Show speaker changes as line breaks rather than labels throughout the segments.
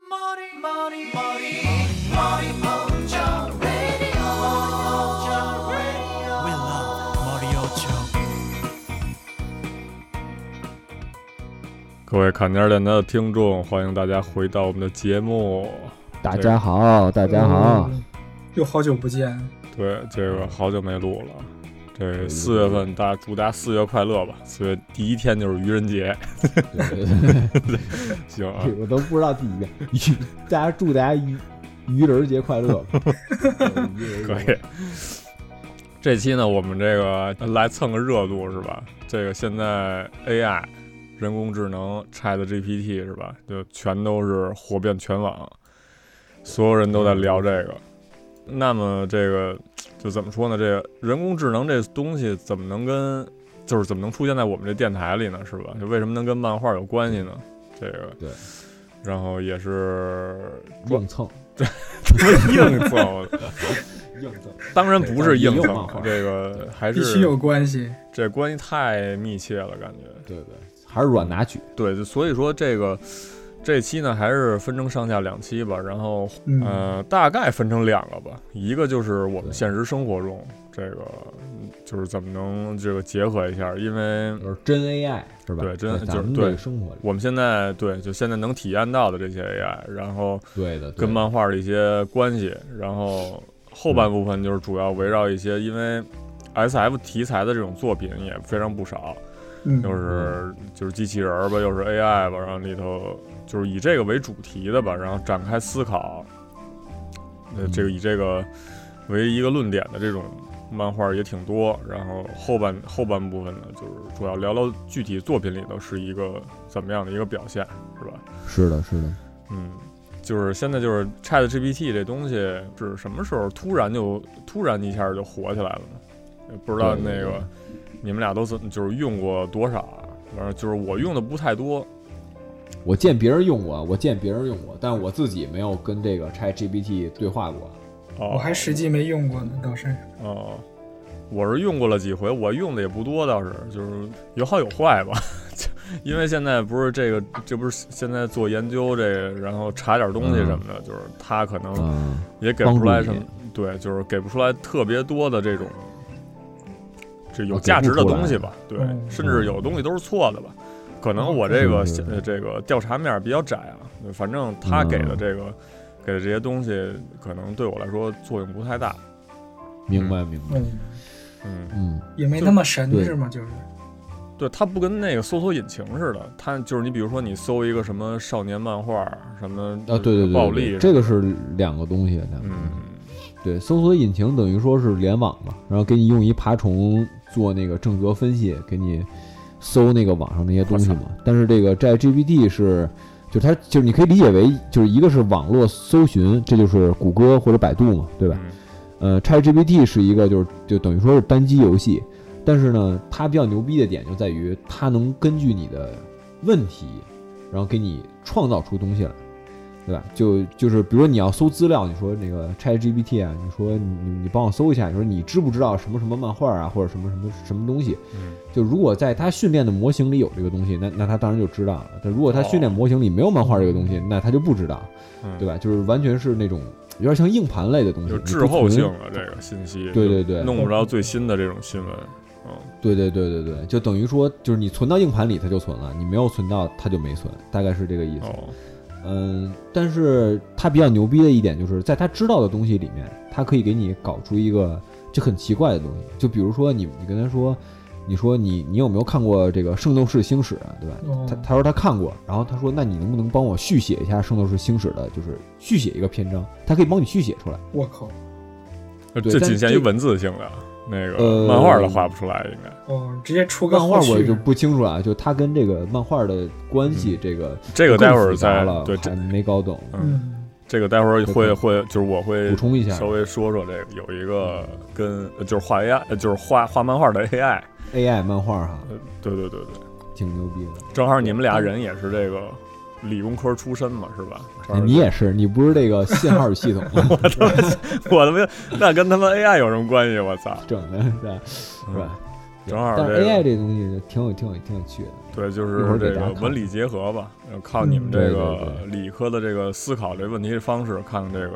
Mori, Mori, Mori, Mori Mojo Radio. Mojo Radio. We love Mori Ocho.
各位卡尼尔电台的听众，欢迎大家回到我们的节目。
大家好，大家好，
嗯，又好久不见，
对，这个好久没录了。这四月份，大家祝大家四月快乐吧！四月第一天就是愚人节， 行啊，
嗯我都不知道第一遍。大家祝大家愚愚人节快乐！
可以。这期呢，我们这个来蹭个热度是吧？这个现在 AI 人工智能 ChatGPT 是吧？就全都是火遍全网，所有人都在聊这个。那么这个就怎么说呢？这个人工智能这东西怎么能跟就是怎么能出现在我们这电台里呢？是吧？就为什么能跟漫画有关系呢？这个
对，
然后也是
硬蹭，
他妈硬蹭，
硬蹭，
当然不是硬
对但是也有漫
蹭
画，
这个还
必须有
是
关系。
这关系太密切了，感觉
对对，还是软拿取。
对，就所以说这个这期呢还是分成上下两期吧，然后
嗯，
呃大概分成两个吧，一个就是我们
对
现实生活中这个嗯就是怎么能这个结合一下，因为
就是真 AI 是吧？
对真
在
就是
咱们
对
这个生活里，
我们现在对就现在能体验到的这些 AI，然后
对的，
跟
猫
漫画的一些关系，然后后半部分就是主要围绕一些因为 S F 题材的这种作品也非常不少，
嗯
又是就是机器人儿吧，又是 AI 吧，然后里头就是以这个为主题的吧，然后展开思考，呃，
嗯
这个以这个为一个论点的这种漫画也挺多。然后后半后半部分呢，就是主要聊聊具体作品里头是一个怎么样的一个表现，是吧？
是的，是的，
嗯，就是现在就是 Chat GPT 这东西是什么时候突然就突然一下就火起来了呢？也不知道
对对
那
对
个你们俩都是就是用过多少啊？反正就是我用的不太多，
我见别人用过，我见别人用过，但我自己没有跟这个 ChatGPT 对话过。
哦、
我还实际没用过呢，倒是。
哦，我是用过了几回，我用的也不多，倒是就是有好有坏吧。 就因为现在不是这个，这不是现在做研究这个，然后查点东西什么的，就是他可能
嗯，
也给不出来什么
帮助，
对，就是给不出来特别多的这种这
哦
有价值的东西吧，对，
嗯
甚至有东西都是错的吧。可能我这个
是是是嗯
呃这个调查面儿比较窄啊，反正他给的这个、给的这些东西，可能对我来说作用不太大。
明白明白。
嗯，
嗯，
嗯，
也没那么神
对
是吗？就是，
对，它不跟那个搜索引擎似的，它就是你比如说你搜一个什么少年漫画儿什么
啊，对对对对，
暴力
对这个是两个东西，两个东西。
嗯
对，搜索引擎等于说是联网嘛，然后给你用一爬虫做那个正则分析，给你搜那个网上那些东西嘛。但是这个 ChatGPT 是，就是它就是你可以理解为就是一个是网络搜寻，这就是谷歌或者百度嘛，对吧？
嗯
呃，ChatGPT 是一个就是就等于说是单机游戏，但是呢，它比较牛逼的点就在于它能根据你的问题，然后给你创造出东西来，对吧？就就是比如说你要搜资料，你说那个 ChatGPT 啊，你说你你你帮我搜一下，你说你知不知道什么什么漫画啊，或者什么什么什么东西？
嗯
就如果在它训练的模型里有这个东西，那那它当然就知道了。但如果它训练模型里没有漫画这个东西，那它就不知道，
哦嗯，
对吧？就是完全是那种有点像硬盘类的东西，
有
你
嗯滞
不
后
存
性了，这个信息
对对对
弄不着最新的这种新闻，
对对对对对，就等于说，就是你存到硬盘里它就存了，你没有存到它就没存，大概是这个意思。
哦，
嗯，但是它比较牛逼的一点就是在它知道的东西里面，它可以给你搞出一个就很奇怪的东西，就比如说你你跟他说，你说你你有没有看过这个《圣斗士星矢》啊，对吧？
哦
他他说他看过，然后他说那你能不能帮我续写一下《圣斗士星矢》的，就是续写一个篇章，他可以帮你续写出来。
我靠，
对
这
但
仅限于
这个
文字性的，那个
呃
漫画儿都画不出来，应该
哦，直接出个
漫画
后续
我就不清楚啊了，就他跟这个漫画的关系，这个
嗯这个
更
待会儿
复杂
再
了，
对
还
这
没搞懂。
嗯，
这个待会儿
对
会
对
会就是我会
补充一下
稍微说说这个有一个跟呃就是画 AI 呃就是画画漫画的 AI，
AI 漫画哈，
呃对对对对。
挺牛逼的。
正好你们俩人也是这个理工科出身嘛，是吧？正
哎
好
你也是，你不是这个信号与系统
我他妈，那跟他妈 AI 有什么关系？我操！
整的是吧？是吧？
正好
但
这
是
个
AI 这东西挺有挺有挺有趣的。
对，就
一会
是
儿给
这个
大家看
文理结合吧，然后靠你们
嗯
这
对
个
对
理科的这个思考这问题的方式，看看这个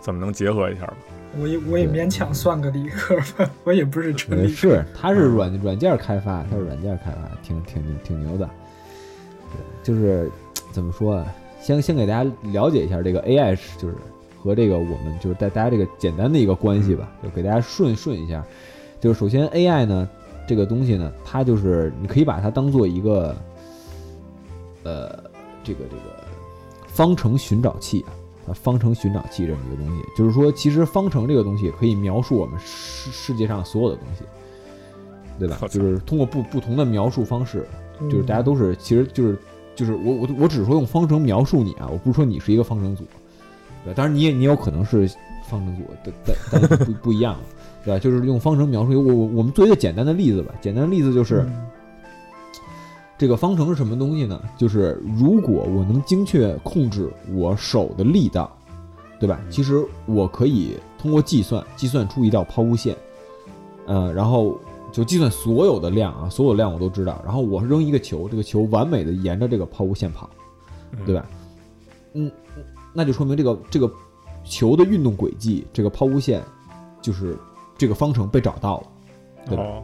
怎么能结合一下吧。
我也我也
对
勉强算个理科吧，我也不是纯
呃，
理科。
是，它是软软件开发，它是软件开发，挺挺牛挺牛的。对，就是怎么说啊？先先给大家了解一下这个 AI 是就是和这个我们就是带大家这个简单的一个关系吧，就给大家顺顺一下。就是首先 AI 呢这个东西呢，它就是你可以把它当做一个呃这个这个方程寻找器啊。啊方程寻找器这么一个东西，就是说，其实方程这个东西可以描述我们世世界上所有的东西，对吧
我？操
就是通过不不同的描述方式，
嗯
就是大家都是，其实就是就是我我我只是说用方程描述你啊，我不是说你是一个方程组，对吧？当然你也你有可能是方程组，但但但是不不一样，对吧？就是用方程描述。我我我们做一个简单的例子吧，简单的例子就是、
嗯
这个方程是什么东西呢？就是如果我能精确控制我手的力道，对吧？其实我可以通过计算计算出一道抛物线，呃，然后就计算所有的量啊，所有量我都知道。然后我扔一个球，这个球完美的沿着这个抛物线跑，对吧？嗯，那就说明这个这个球的运动轨迹，这个抛物线就是这个方程被找到了。对吧
哦，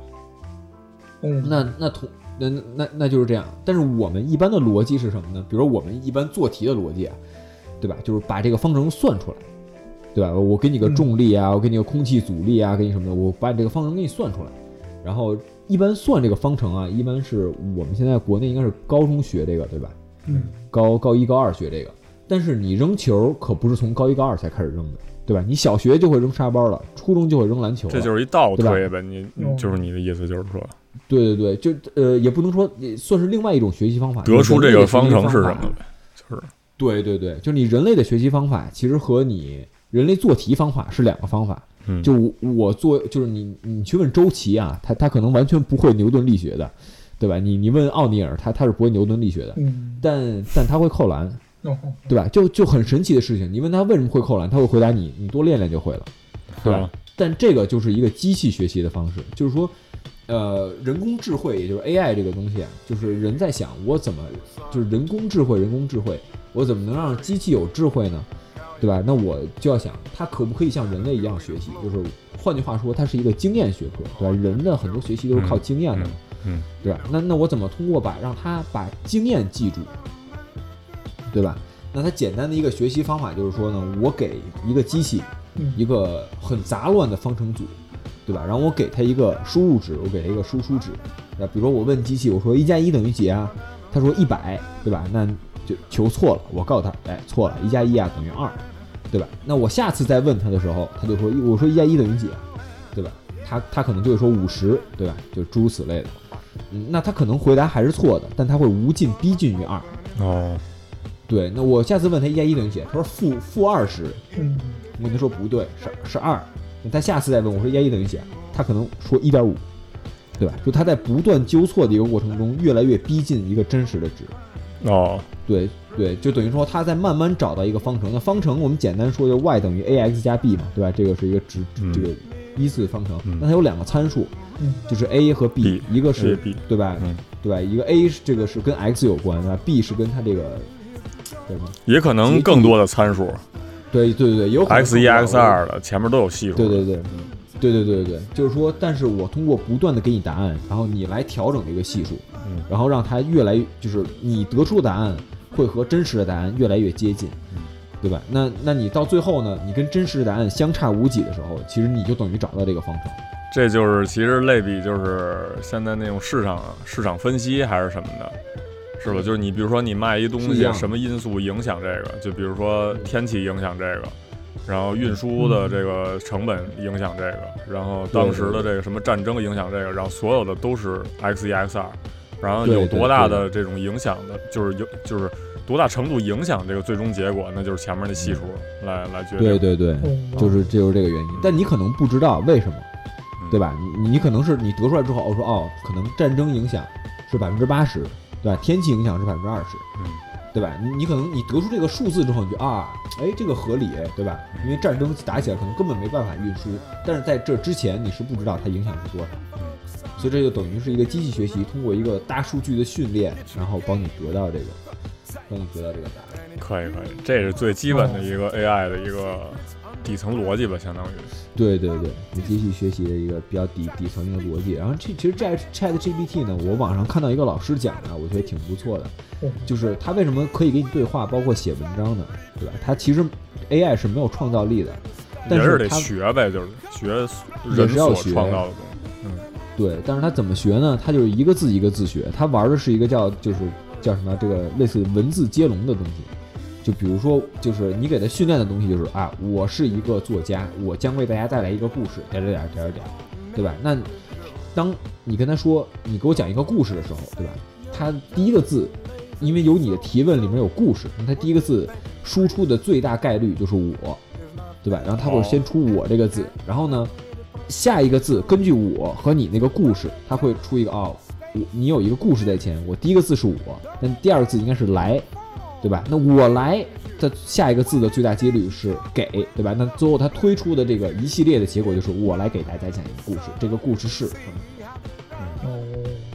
嗯，
那那同那那那那就是这样。但是我们一般的逻辑是什么呢？比如我们一般做题的逻辑啊，对吧？就是把这个方程算出来，对吧？我给你个
嗯
重力啊，我给你个空气阻力啊，给你什么的，我把你这个方程给你算出来。然后一般算这个方程啊，一般是我们现在国内应该是高中学这个，对吧？
嗯
高高一高二学这个，但是你扔球可不是从高一高二才开始扔的，对吧？你小学就会扔沙包了，初中就会扔篮球了，
这就是一倒
对吧嗯
推呗。你你
嗯
就是你的意思，就是说
对对对，就呃也不能说也算是另外一种学习方法，
得出这个方程是
就是人类的学
什
习方
么
法？
呗，就是
对对对，就你人类的学习方法，其实和你人类做题方法是两个方法。
嗯，
就我我做，就是你你去问周琦啊，他他可能完全不会牛顿力学的，对吧？你你问奥尼尔，他他是不会牛顿力学的，
嗯，
但但他会扣篮，
哦，
对吧？就就很神奇的事情，你问他为什么会扣篮，他会回答你，你多练练就会了。对吧
啊
但这个就是一个机器学习的方式，就是说，呃，人工智慧，也就是 AI 这个东西啊，就是人在想我怎么，就是人工智慧，人工智慧，我怎么能让机器有智慧呢？对吧？那我就要想，它可不可以像人类一样学习？就是换句话说，它是一个经验学科，对吧？人的很多学习都是靠经验的嘛，
嗯嗯嗯
对吧？那那我怎么通过把让他把经验记住，对吧？那它简单的一个学习方法就是说呢，我给一个机器
嗯
一个很杂乱的方程组，对吧？然后我给它一个输入值，我给它一个输出值。那比如说我问机器，我说一加一等于几啊？它说一百，对吧？那就求错了，我告诉它，哎，错了，一加一啊等于二，对吧？那我下次再问它的时候，它就说，我说一加一等于几啊？对吧？它它可能就会说五十，对吧？就诸如此类的。嗯，那它可能回答还是错的，但它会无尽逼近于二。
哦，
对，那我下次问他一加一等于几，他说负负二十，
嗯，
我跟他说不对，是是二。那他下次再问我说一加一等于几，啊他可能说一点五，对吧？就他在不断纠错的一个过程中，越来越逼近一个真实的值。
哦，
对对，就等于说他在慢慢找到一个方程。那方程我们简单说就是 y 等于 ax 加 b 嘛，对吧？这个是一个值
嗯，
这个一次方程。
嗯
那它有两个参数
嗯，
就是 a 和 b，
B，
一个是
A，B
对吧
嗯？
对吧？一个 a 是这个是跟 x 有关，对吧？b 是跟它这个叫什么？
也可能更多的参数
对对对，有可能
，x 一、x 二的前面都有系数。
对对对，对对对对对，就是说，但是我通过不断的给你答案，然后你来调整这个系数，
嗯
然后让它越来越，就是你得出的答案会和真实的答案越来越接近，对吧？那那你到最后呢，你跟真实的答案相差无几的时候，其实你就等于找到这个方程。
这就是其实类比就是现在那种市场市场分析还是什么的，是吧？就是你比如说你卖一东
嗯是一
西
样，的
什么因素影响这个？就比如说天气影响这个，然后运输的这个成本影响这个，然后当时的这个什么战争影响这个，然后所有的都是 x 一 x 二，然后有
对对
多大
对
的这种影响的，就是有就是多大程度影响这个最终结果，那就是前面的系数来来决定。
对对对，
哦
就是这就是这个原因。但你可能不知道为什么，
嗯
对吧？你你可能是你得出来之后，我说哦，可能战争影响是百分之八十，对吧？天气影响是百分之二十，
嗯，
对吧？你你可能你得出这个数字之后，你就啊，哎，这个合理，对吧？因为
嗯
战争打起来可能根本没办法运输，但是在这之前你是不知道它影响是多少，所以这就等于是一个机器学习，通过一个大数据的训练，然后帮你得到这个，帮你得到这个答案。
可以可以，这是最基本的一个 AI 的一个底层逻辑吧，相当于。
对对对，你机器学习的一个比较底底层的一个逻辑。然后这其实 Chat Chat GPT 呢，我网上看到一个老师讲的，我觉得挺不错的，
嗯
就是它为什么可以给你对话，包括写文章呢，对吧？它其实 AI 是没有创造力的，但
也
是
得
它
学呗，就是学
也
人
是要
所
学
创造的东西。
对，但是它怎么学呢？它就是一个字一个字学，它玩的是一个叫就是叫什么这个类似文字接龙的东西。就比如说，就是你给它训练的东西，就是啊，我是一个作家，我将为大家带来一个故事，点儿点儿点儿点儿点儿，对吧？那当你跟他说你给我讲一个故事的时候，对吧？他第一个字，因为有你的提问里面有故事，那他第一个字输出的最大概率就是我，对吧？然后他会
哦
先出我这个字，然后呢，下一个字根据我和你那个故事，他会出一个哦，我你有一个故事在前，我第一个字是我，但第二个字应该是来，对吧？那我来的下一个字的最大几率是给，对吧？那最后他推出的这个一系列的结果就是我来给大家讲一个故事，这个故事是什么？
哦，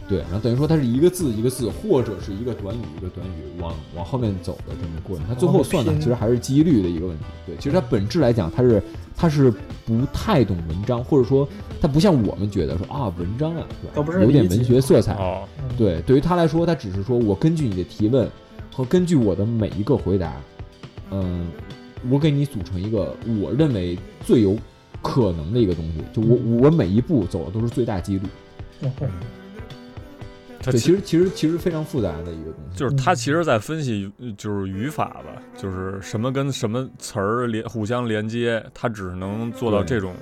对，然后等于说它是一个字一个字，或者是一个短语一个短语往往后面走的这么一个过程。它最后算的
往后拼
其实还是几率的一个问题。对，其实它本质来讲，它是它是不太懂文章，或者说它不像我们觉得说啊文章啊，对
倒不是
吧？有点
理解
文学色彩。
哦，
嗯，
对，对于他来说，他只是说我根据你的提问和根据我的每一个回答，嗯，我给你组成一个我认为最有可能的一个东西，就
嗯
我我每一步走的都是最大几率。
哦，哦
它
对，
其
其实其嗯实其实非常复杂的一个东西。
就是它其实在分析呃就是语法吧，就是什么跟什么词儿连互相连接，它只能做到
对
这种，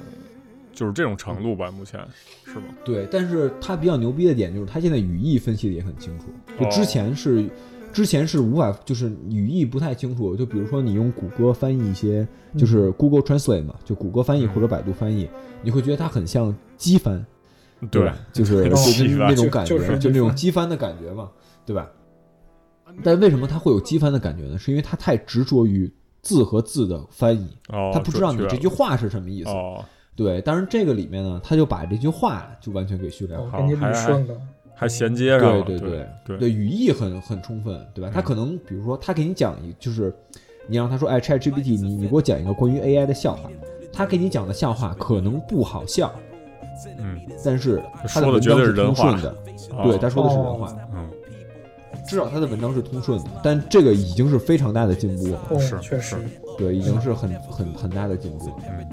就是这种程度吧，目前是吗？
对，但是它比较牛逼的点就是它现在语义分析的也很清楚，就
哦
之前是、之前是无法就是语义不太清楚，就比如说你用谷歌翻译一些，就是
嗯
Google Translate 嘛，就谷歌翻译或者百度翻译，你会觉得它很像机翻，吧就是
很
就
奇
是
怪
那种感觉，
就就是
那种机翻的感觉嘛，对吧？但为什么它会有机翻的感觉呢？是因为它太执着于字和字的翻译，
哦，
它不知道你
准确
这句话是什么意
了
思。
哦，
对，当然这个里面呢，他就把这句话就完全给训练
哦
好。
感觉
还
捋顺了，
还衔接上
对
了，
对
对嗯
对语义很很充分，对吧？他可能比如说他给你讲一，就是你让他说，哎，ChatGPT，你你给我讲一个关于 AI 的笑话，他给你讲的笑话可能不好笑，
嗯，
但是他
说的
文
绝
章
对是
是通
人话
顺的，
哦
对，他说的是人话，
嗯，
至少他的文章是通顺的，但这个已经是非常大的进步了。
哦
是，
确实，
对，已经是很很很大的进步。嗯，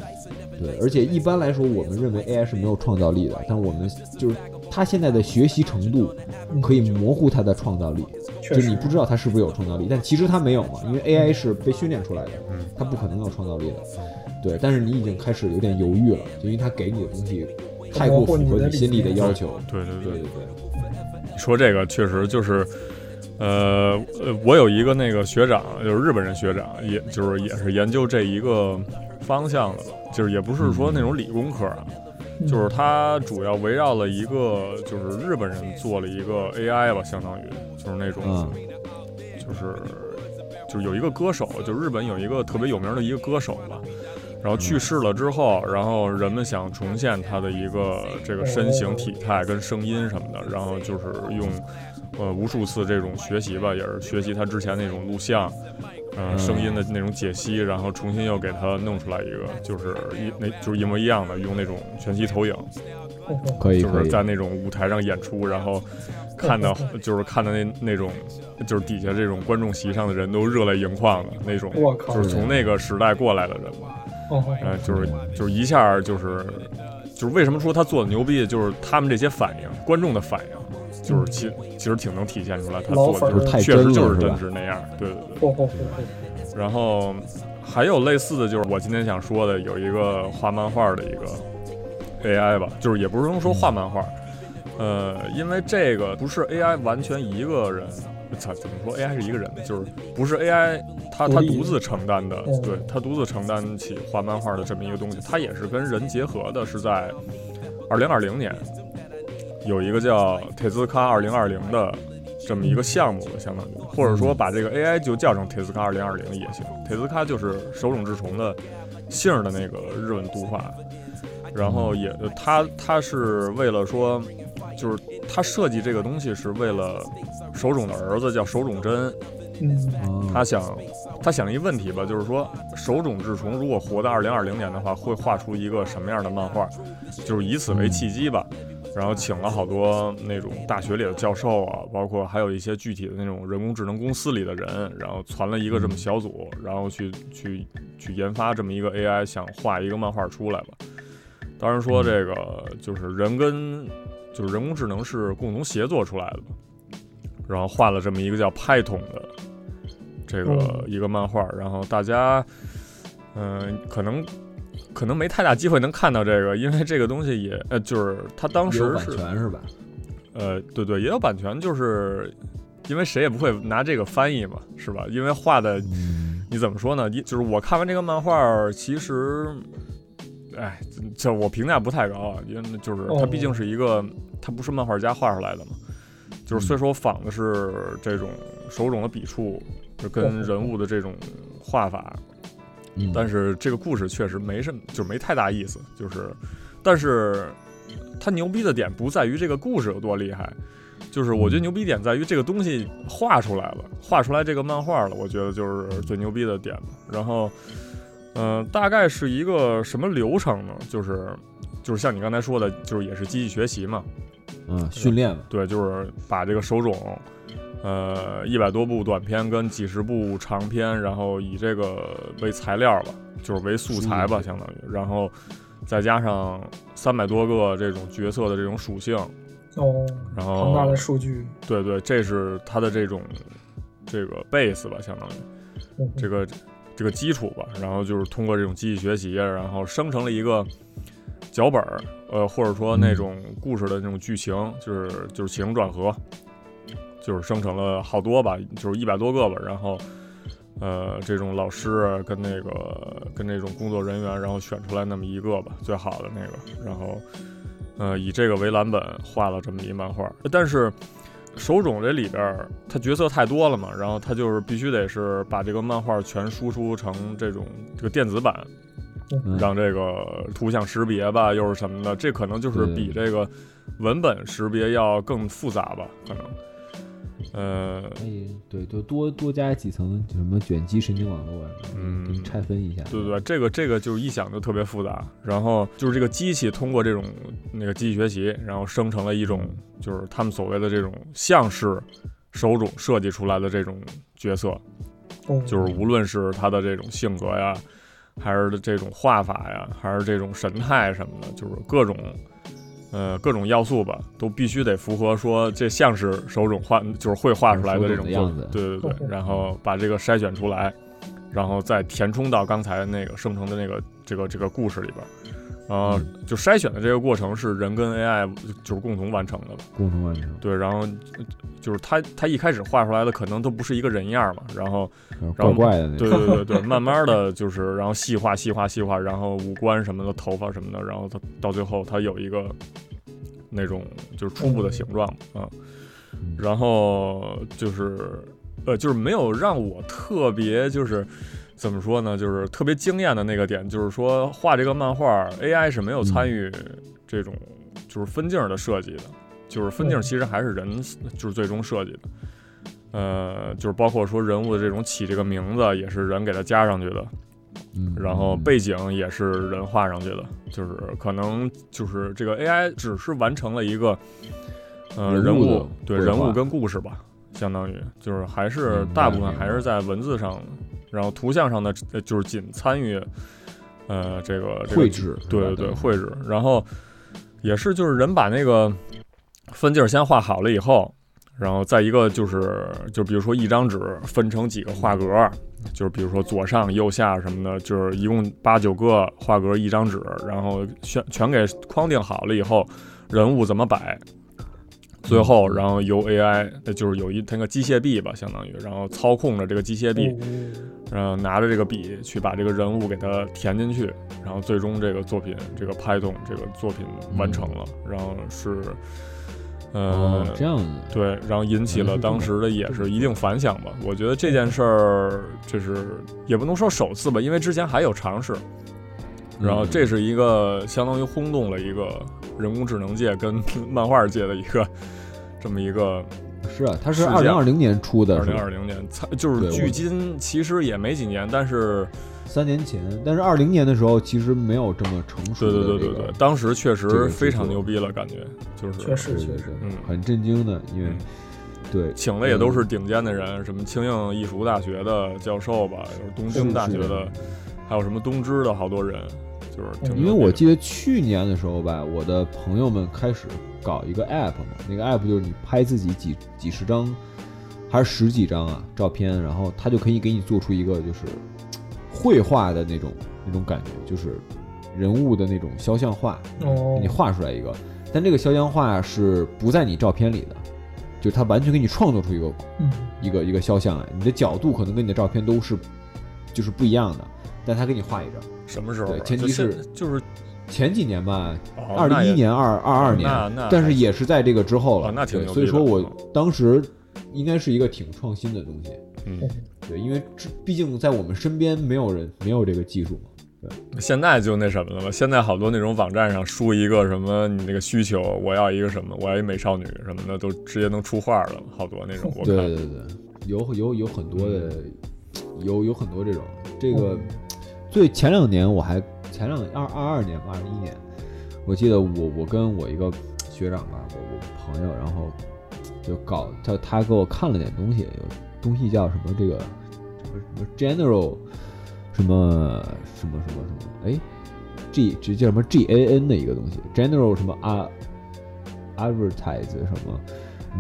对，而且一般来说，我们认为 AI 是没有创造力的，但我们就是它现在的学习程度可以模糊它的创造力，
确
就你
实，
不知道它是不是有创造力，但其实它没有嘛，因为 AI 是被训练出来的，它不可能有创造力的。对，但是你已经开始有点犹豫了，就因为它给你的东西太过符合你心里的要求。
对对
对对
对，
对，
你说这个确实就是。呃呃，我有一个那个学长，就是日本人学长，也就是也是研究这一个方向的吧，就是也不是说那种理工科啊，
嗯
就是他主要围绕了一个，就是日本人做了一个 AI 吧，相当于就是那种，
嗯
就是就是有一个歌手，就是日本有一个特别有名的一个歌手吧，然后去世了之后，然后人们想重现他的一个这个身形、体态跟声音什么的，然后就是用呃无数次这种学习吧，也是学习他之前那种录像。嗯，
嗯
声音的那种解析，然后重新又给它弄出来一个，就是一那就是一模一样的，用那种全息投影，
哦哦
可以
就
可
是
以。
在那种舞台上演出，然后看 到就是看到那那种就是底下这种观众席上的人都热泪盈眶的那种，
我靠
就是从那个时代过来的人嘛，
哦哦，
嗯，就是就是一下就是就是为什么说他做的牛逼，就是他们这些反应，观众的反应，就是其其实挺能体现出来他
老
做的
粉儿
就是
太
确实
真
就是
了是
真
吧
是那样，对对对。
哦哦哦
然后还有类似的就是我今天想说的，有一个画漫画的一个 AI 吧，就是也不是能说画漫画，呃，因为这个不是 AI 完全一个人，操，怎么说 AI 是一个人，就是不是 AI 他他
独立
独自承担的，
嗯
对他独自承担起画漫画的这么一个东西，它也是跟人结合的，是在二零二零年有一个叫铁兹卡二零二零的这么一个项目吧，相当于，或者说把这个 AI 就叫成铁兹卡二零二零也行。铁兹卡就是手冢治虫的姓儿的那个日文读法，然后也它它是为了说就是他设计这个东西是为了手冢的儿子叫手冢真，
嗯
哦
他想他想了一问题吧，就是说手冢治虫如果活到二零二零年的话，会画出一个什么样的漫画？就是以此为契机吧。然后请了好多那种大学里的教授啊，包括还有一些具体的那种人工智能公司里的人，然后传了一个这么小组，然后去去去研发这么一个 AI，想画一个漫画出来吧。当然说这个就是人跟就是人工智能是共同协作出来的嘛，然后画了这么一个叫派桶的这个
嗯
一个漫画，然后大家嗯、可能可能没太大机会能看到这个，因为这个东西也呃就是它当
也有
时
版
是
权是吧？
呃对对也有版权，就是因为谁也不会拿这个翻译嘛，是吧？因为画的
嗯，
你怎么说呢？一就是我看完这个漫画儿，其实，哎，这这我评价不太高啊，因为就是它
哦
毕竟是一个，它不是漫画家画出来的嘛。就是
嗯
虽说仿的是这种手冢的笔触，就跟
哦
人物的这种画法，
嗯
但是这个故事确实没什么，就是没太大意思。就是，但是它牛逼的点不在于这个故事有多厉害，就是我觉得牛逼点在于这个东西画出来了， 画出来这个漫画了，我觉得就是最牛逼的点了。然后，嗯、大概是一个什么流程呢？就是。就是像你刚才说的，就是也是机器学习嘛，
嗯，训练嘛，
对，就是把这个手冢，呃，一百多部短片跟几十部长篇，然后以这个为材料吧，就是为素材吧，相当于，然后再加上三百多个这种角色的这种属性，
哦，
然
庞大
后
的数据，
对对，这是它的这种这个 base 吧，相当于
嗯
这个这个基础吧，然后就是通过这种机器学习，然后生成了一个脚本儿，呃，或者说那种故事的那种剧情，就是就是起承转合，就是生成了好多吧，就是一百多个吧，然后。呃，这种老师跟那个跟那种工作人员，然后选出来那么一个吧，最好的那个，然后，呃，以这个为蓝本画了这么一漫画。但是手冢这里边儿，他角色太多了嘛，然后他就是必须得是把这个漫画全输出成这种这个电子版，
嗯
让这个图像识别吧，又是什么的，这可能就是比这个文本识别要更复杂吧，可能。呃，
可以对，就多多加几层什么卷积神经网络啊，
嗯
给你拆分一下，
对对，对，这个这个就是一想就特别复杂。然后就是这个机器通过这种那个机器学习，然后生成了一种就是他们所谓的这种像是手冢设计出来的这种角色，
哦
就是无论是他的这种性格呀，还是这种画法呀，还是这种神态什么的，就是各种呃各种要素吧，都必须得符合说这像是手冢画，就是会画出来的这种
手冢的样子
作品对对对，然后把这个筛选出来，然后再填充到刚才那个生成的那个这个这个故事里边儿。呃，
嗯
就筛选的这个过程是人跟 AI 就是共同完成的吧？
共同完成，
对，然后呃就是他他一开始画出来的可能都不是一个人样儿嘛，然后
然后怪怪的那
对
种，
对对对，慢慢的就是，然后细化细化细化，然后五官什么的，头发什么的，然后它到最后它有一个那种就是初步的形状啊、
嗯
然后就是呃，就是没有让我特别就是怎么说呢，就是特别惊艳的那个点，就是说画这个漫画儿 AI 是没有
嗯
参与这种就是分镜儿的设计的，就是分镜儿
嗯
其实还是人就是最终设计的。呃，就是包括说人物的这种起这个名字也是人给它加上去的，
嗯
然后背景也是人画上去的，就是可能就是这个 AI 只是完成了一个，呃，
人
人
物的
物对
绘
人
画
物跟故事吧，相当于就是还是
明白
大部分
明白
还是在文字上，然后图像上的呃就是仅参与，呃，这个这个
绘制，
对对对，绘制。然后也是就是人把那个分镜儿先画好了以后，然后再一个就是就比如说一张纸分成几个画格儿，就是比如说左上右下什么的，就是一共八九个画格儿一张纸，然后全全给框定好了以后，人物怎么摆。最后，然后由 AI，呃就是有一它那个机械臂吧，相当于，然后操控着这个机械臂，
哦
然后拿着这个笔去把这个人物给它填进去，然后最终这个作品，这个拍动这个作品完成了，然后是，呃
嗯哦，，这样子，
对，然后引起了当时的也是一定反响吧。我觉得这件事儿就是也不能说首次吧，因为之前还有尝试，然后这是一个相当于轰动了一个人工智能界跟 漫画界的一个这么一个
是啊，它是
事件
二零二零年出的，
二
是
零
吧
二零年，才就是
对我
距今其实也没几年，但是
三年前，但是二零年的时候其实没有这么成熟
对
的、
对
这个。
对对对，当时确
这
实
个
非常
制作
牛逼了，感觉就是
确实
对对
确
对
实，
嗯
很震惊的，因为
嗯
对
请的也都是顶尖的人，什么庆应艺术大学的教授吧，有东京大学
是
的，还有什么东芝的好多人，就是挺
哦因为我
牛逼
记得去年的时候吧，我的朋友们开始搞一个 app 嘛，那个 app 就是你拍自己几几十张还是十几张啊照片，然后它就可以给你做出一个就是绘画的那种那种感觉，就是人物的那种肖像画，
哦
你画出来一个，但这个肖像画是不在你照片里的，就它完全给你创作出一个
嗯，
一个一个肖像来，你的角度可能跟你的照片都是就是不一样的，但它给你画一张。
的什么时候啊？
对前提
就现
是
就是
前几年吧，
哦
二
那也哦
零一年、二二二年
那那，
但
还
是也是在这个之后了，
哦那挺
对
牛
所以
逼
说
的
我
嗯
当时应该是一个挺创新的东西，
嗯
对，因为这毕竟在我们身边没有人没有这个技术嘛，嗯
现在就那什么了吧？现在好多那种网站上输一个什么你那个需求，我要一个什么，我要一美少女什么的，都直接能出画了，好多那种我
对
看。嗯
对对，对有有有很多的，有有很多这种，这个最前两年我还前两二二二年吧，二一年，我记得我我跟我一个学长吧，我我朋友，然后就搞他他给我看了点东西，有东西叫什么这个什么什么 general 什么什么什么什么，哎，G 这叫什么 G A N 的一个东西，general 什么啊 advertise 什么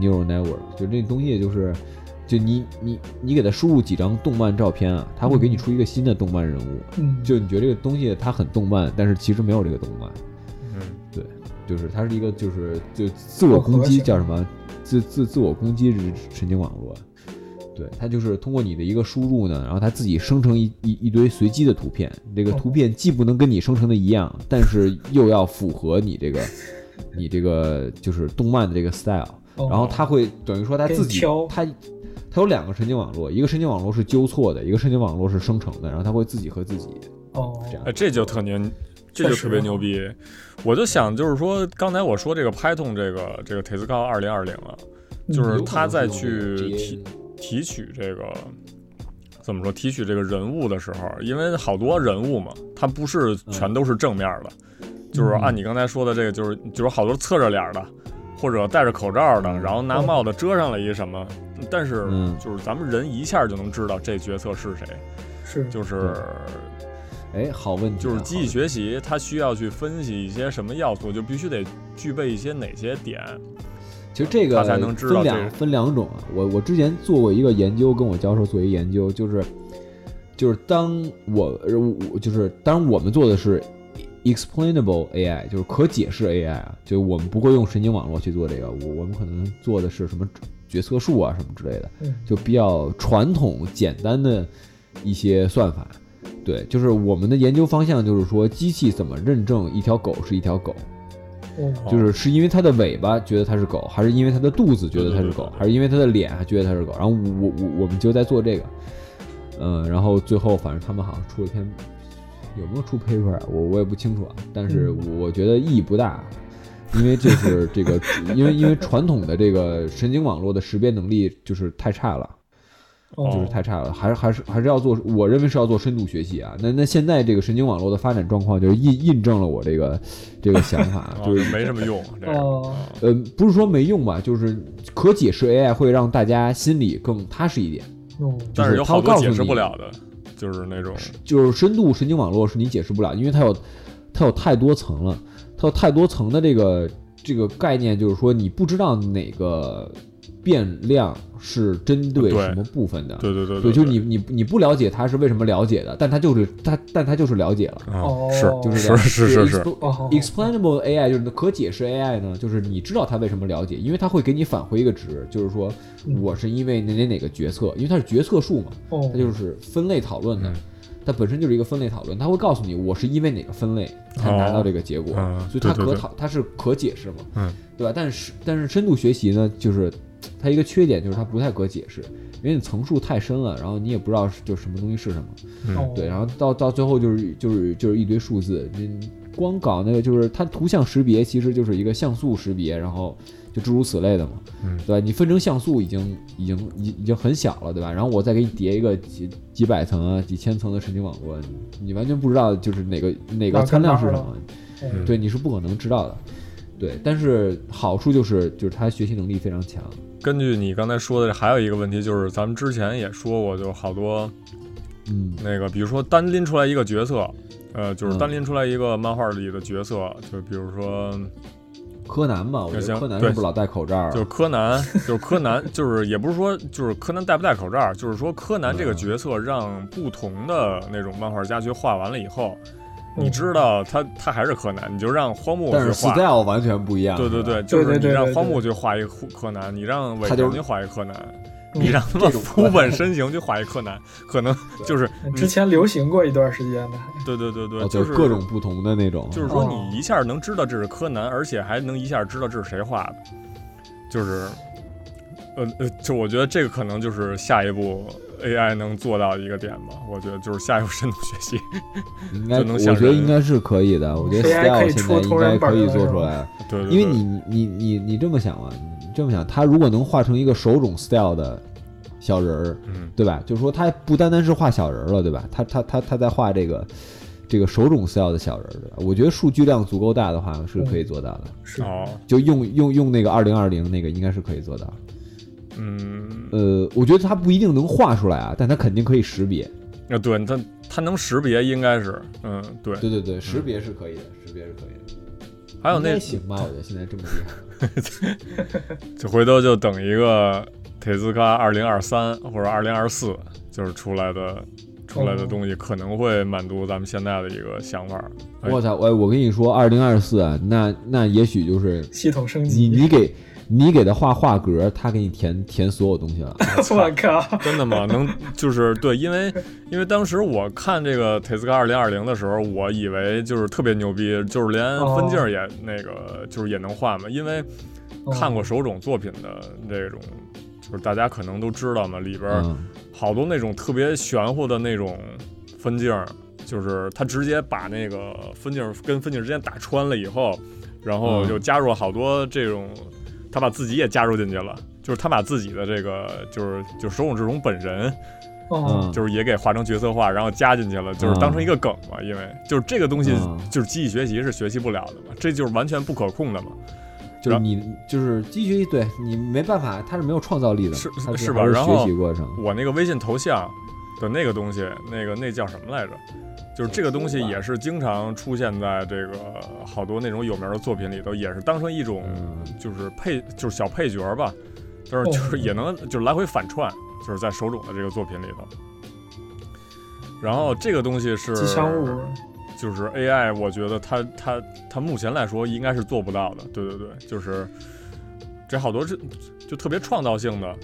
neural network，就这东西就是。就你你你给他输入几张动漫照片啊，他会给你出一个新的动漫人物，
嗯，
就你觉得这个东西它很动漫，但是其实没有这个动漫，
嗯，
对，就是它是一个就是就自我攻击
不合
叫什么自自自我攻击神神经网络，对，它就是通过你的一个输入呢，然后它自己生成一一一堆随机的图片，这个
哦
图片既不能跟你生成的一样，但是又要符合你这个你这个就是动漫的这个 style，
哦
然后它会等于说它
给你
自己
挑
它。它有两个神经网络，一个神经网络是纠错的，一个神经网络是生成的，然后它会自己和自己
哦，
这样
哎，这就特牛，这
确
就
实
特别牛逼。我就想，就是说，刚才我说这个 Python 这个这个 t e s c a 二零二零啊，
嗯
就是他再去提提取这个怎么说提取这个人物的时候，因为好多人物嘛，它不是全都是正面的，就是
嗯
按你刚才说的这个，就是就是好多侧着脸的，或者戴着口罩的，
嗯
然后拿帽子遮上了一什么，但是
嗯
就是咱们人一下就能知道这角色是谁，
是
就是
对。哎，好问题啊，
就是机器
好
学习，它需要去分析一些什么要素，就必须得具备一些哪些点。
问题。其实这个
啊他才能知道
分
这
两
个
分两种啊。我我之前做过一个研究，跟我教授做一个研究，就是就是当我呃我我就是当然我们做的是 explainable AI，就是可解释 AI 啊，就我们不会用神经网络去做这个，我我们可能做的是什么决策树啊什么之类的。
嗯
就比较传统简单的一些算法。对，就是我们的研究方向就是说，机器怎么认证一条狗是一条狗，
哦
就是是因为它的尾巴觉得它是狗，还是因为它的肚子觉得它是
对对对
狗
对，对
还是因为它的脸还觉得它是狗？然后我我我们就在做这个，嗯，然后最后反正他们好像出了篇，有没有出 paper 啊我我也不清楚啊，但是
嗯
我觉得意义不大，因为这是这个， 因为因为传统的这个神经网络的识别能力就是太差了。
哦
就是太差了，还是还是还是要做，我认为是要做深度学习啊。那那现在这个神经网络的发展状况，就是印印证了我这个这个想法
啊，，
就
就是没什么 用。这个
哦，
呃，不是说没用吧，就是可解释 AI 会让大家心里更踏实一点。
哦，
但是有
他
好多
告诉
解释
你
不了的，就是那种
就是深度神经网络是你解释不了，因为它有它有太多层了，它有太多层的这个这个概念，就是说你不知道哪个变量是针对
对
什么部分的。
对对对
对，
对，
就是你你你不了解他是为什么了解的，但他就是他，但他就是了解了，
啊
哦
是
就是
是
这样
是是是，
expl-
哦
explainable AI 就是可解释 AI 呢，就是你知道他为什么了解，因为他会给你返回一个值，就是说
嗯
我是因为哪哪哪个决策，因为它是决策树嘛，
哦，
它就是分类讨论的，
嗯
它本身就是一个分类讨论，它会告诉你我是因为哪个分类才拿到这个结果，
哦嗯
所以它
对对
可
对
讨它是可解释嘛，
嗯
对吧？但是但是深度学习呢，就是它一个缺点就是它不太可解释，因为你层数太深了，然后你也不知道是就什么东西是什么，
嗯
哦
对，然后到到最后就是就是就是一堆数字，你光搞那个就是它图像识别其实就是一个像素识别，然后就诸如此类的嘛，
嗯
对吧？你分成像素已经已经已已经很小了，对吧？然后我再给你叠一个几几百层啊、几千层的神经网络，你你完全不知道就是哪个哪
哪
个
个
参量
哪
是
儿
什
了
么，
嗯
对，你是不可能知道的。对，但是好处就是就是它学习能力非常强，
根据你刚才说的，还有一个问题就是，咱们之前也说过，就好多
嗯
那个，比如说单拎出来一个角色，呃，就是
嗯
单拎出来一个漫画里的角色，就比如说，
柯南吧，我觉
就
得
像
柯南是
对
不是老戴口罩啊？
就是柯南，就是柯南，就是也不是说就是柯南戴不戴口罩，就是说柯南这
啊
个角色让不同的那种漫画家去画完了以后，
嗯
你知道他他还是柯南，你就让荒木
但
去
是
画。
style 完全不一样。
对对
是吧
对，，就是
对对
你
对
让
对
荒
对
木去画一个柯柯南，你让尾
啊他就是
藤去画一个柯南，
嗯
你让他们
这种柯
副
南
本身形去画一柯南，可能就是
哎之前流行过一段时间的，哎
对对对对，
哦，
就
就是
是
各种不同的那种，
就是说
哦
你一下能知道这是柯南，而且还能一下知道这是谁画的，就是，呃呃，就我觉得这个可能就是下一步 AI 能做到的一个点吧。我觉得就是下一步深度学习，
应该
就
我
能想
觉得
人
应该是可以的。我觉得
AI 可
style
以
现
出
在应
同
该
人本
可以
了
做
是
出
吗
来，
对对对，
因为你你你你这么想啊，你这么想，他如果能画成一个手冢 style 的小人儿，
嗯
对吧？就是说他不单单是画小人儿了，对吧？他他他他在画这个这个手冢 style 的小人儿，对吧？我觉得数据量足够大的话是可以做到的，
是
哦
就用用用那个二零二零那个应该是可以做到。
嗯
呃，我觉得他不一定能画出来啊，但他肯定可以识别。
啊对，它它能识别应该是嗯对，
对对对，识别是可以的，识别是可以的。
还有那
应该行吧？我觉得现在这么厉害，
就回头就等一个铁斯卡二零二三或者二零二四，就是出来的出来的
哦
东西可能会满足咱们现在的一个想法。哎
我操！我我跟你说，二零二四啊，那那也许就是
系统升
你
级。
你给你给他画画格，他给你填填所有东西了。
我靠，
真的吗？能就是对，因为因为当时我看这个铁斯卡二零二零的时候，我以为就是特别牛逼，就是连
哦
分镜儿也、那个就是也能画嘛。因为看过手冢作品的这种，就是大家可能都知道嘛，里边儿
嗯，
好多那种特别玄乎的那种分镜儿，就是他直接把那个分镜儿跟分镜儿之间打穿了以后，然后
嗯
就加入了好多这种，他把自己也加入进去了。就是他把自己的这个，就是就是手冢治虫本人，
哦，
嗯
就是也给画成角色化，然后加进去了，就是当成一个梗嘛。因为就是这个东西
嗯，
就是机器学习是学习不了的嘛，这就是完全不可控的嘛，
就是你就是机学对你没办法，他是没有创造力的嘛，
是
他
是吧
还
然
学
后
习过程，
我那个微信头像的那个东西，那个那叫什么来着？就是这个东西也是经常出现在这个好多那种有名的作品里头，也是当成一种
嗯
就是配就是小配角儿吧，但是
哦
就是也能就是来回反串，就是在手冢的这个作品里头。然后这个东西是
吉祥物，
就是 AI，我觉得它它它目前来说应该是做不到的。对对对，就是这好多这就特别创造性的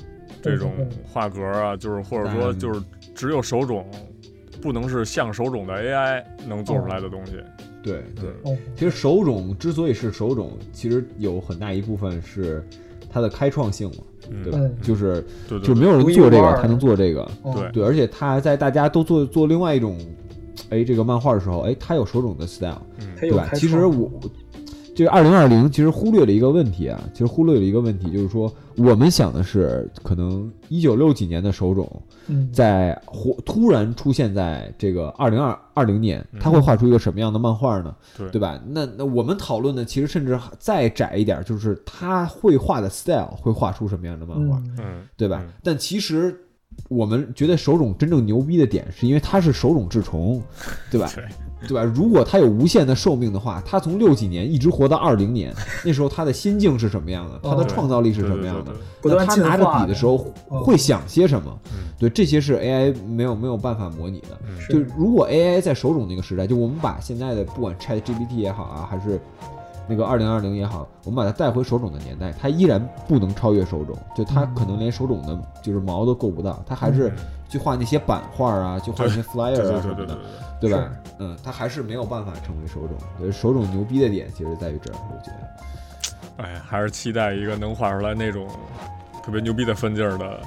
这种
嗯嗯
画格啊，就是或者说
嗯
就是只有手冢，不能是像手冢的 AI 能做出来的东西。
对对。
嗯
哦
其实手冢之所以是手冢，其实有很大一部分是它的开创性嘛，
嗯，
对吧？
嗯
就是
对对
就没有人
独一
做这
无
个，
二
他能做这个，
哦
对
对，而且他在大家都做做另外一种，哎，这个漫画的时候，哎，他有手冢的 style，
它
嗯
对
有
吧
开？
其实
创
我这个二零二零其实忽略了一个问题啊，其实忽略了一个问题，就是说我们想的是可能一九六几年的手冢
嗯，
在忽突然出现在这个二零二二零年，
嗯
他会画出一个什么样的漫画呢？
对
对吧？那那我们讨论的其实甚至再窄一点，就是他绘画的 style 会画出什么样的漫画，
嗯，
嗯
对吧
嗯？
但其实我们觉得手冢真正牛逼的点，是因为他是手冢治虫，对吧？
对
对吧？如果他有无限的寿命的话，他从六几年一直活到二零年，那时候他的心境是什么样的？他的
哦
创造力是
对
什
对
么
对
样的
对？
不
那
断
他
进
拿着
化
笔的时候
嗯
会想些什么
嗯？
对，这些是 AI 没有没有办法模拟的。
嗯
就是如果 AI 在手冢那个时代，就我们把现在的不管 Chat GPT 也好啊，还是那个二零二零也好，我们把它带回手冢的年代，它依然不能超越手冢，就它
嗯
可能连手冢的就是毛都够不到，它还是
嗯
去画那些版画啊，去画那些 flyer
对对
啊
对
什
对
么
对
的，
对。
对吧？嗯，它还是没有办法成为手冢。就是手冢牛逼的点其实在于这儿，我觉得。
哎，还是期待一个能画出来那种特别牛逼的分镜儿的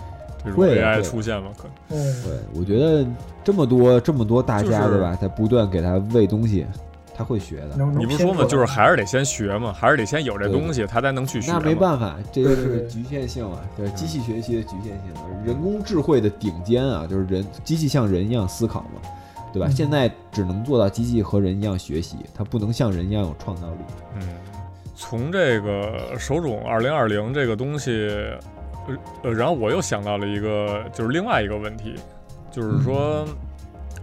这种
会啊
AI
会啊
出现吗？可能
哦，
对，我觉得这么多这么多大家、
就是
对吧，在不断给它喂东西，他会学的。
能
你不是说嘛，就是还是得先学嘛，还是得先有这
对
东西，他才能去学嘛。
那没办法，这就
对对
是
对
局限性啊，就是机器学习的局限性啊。人工智慧的顶尖啊，就是人机器像人一样思考嘛，对吧？
嗯
现在只能做到机器和人一样学习，它不能像人一样有创造力。
嗯，从这个手冢二零二零这个东西，呃呃，然后我又想到了一个，就是另外一个问题，就是说，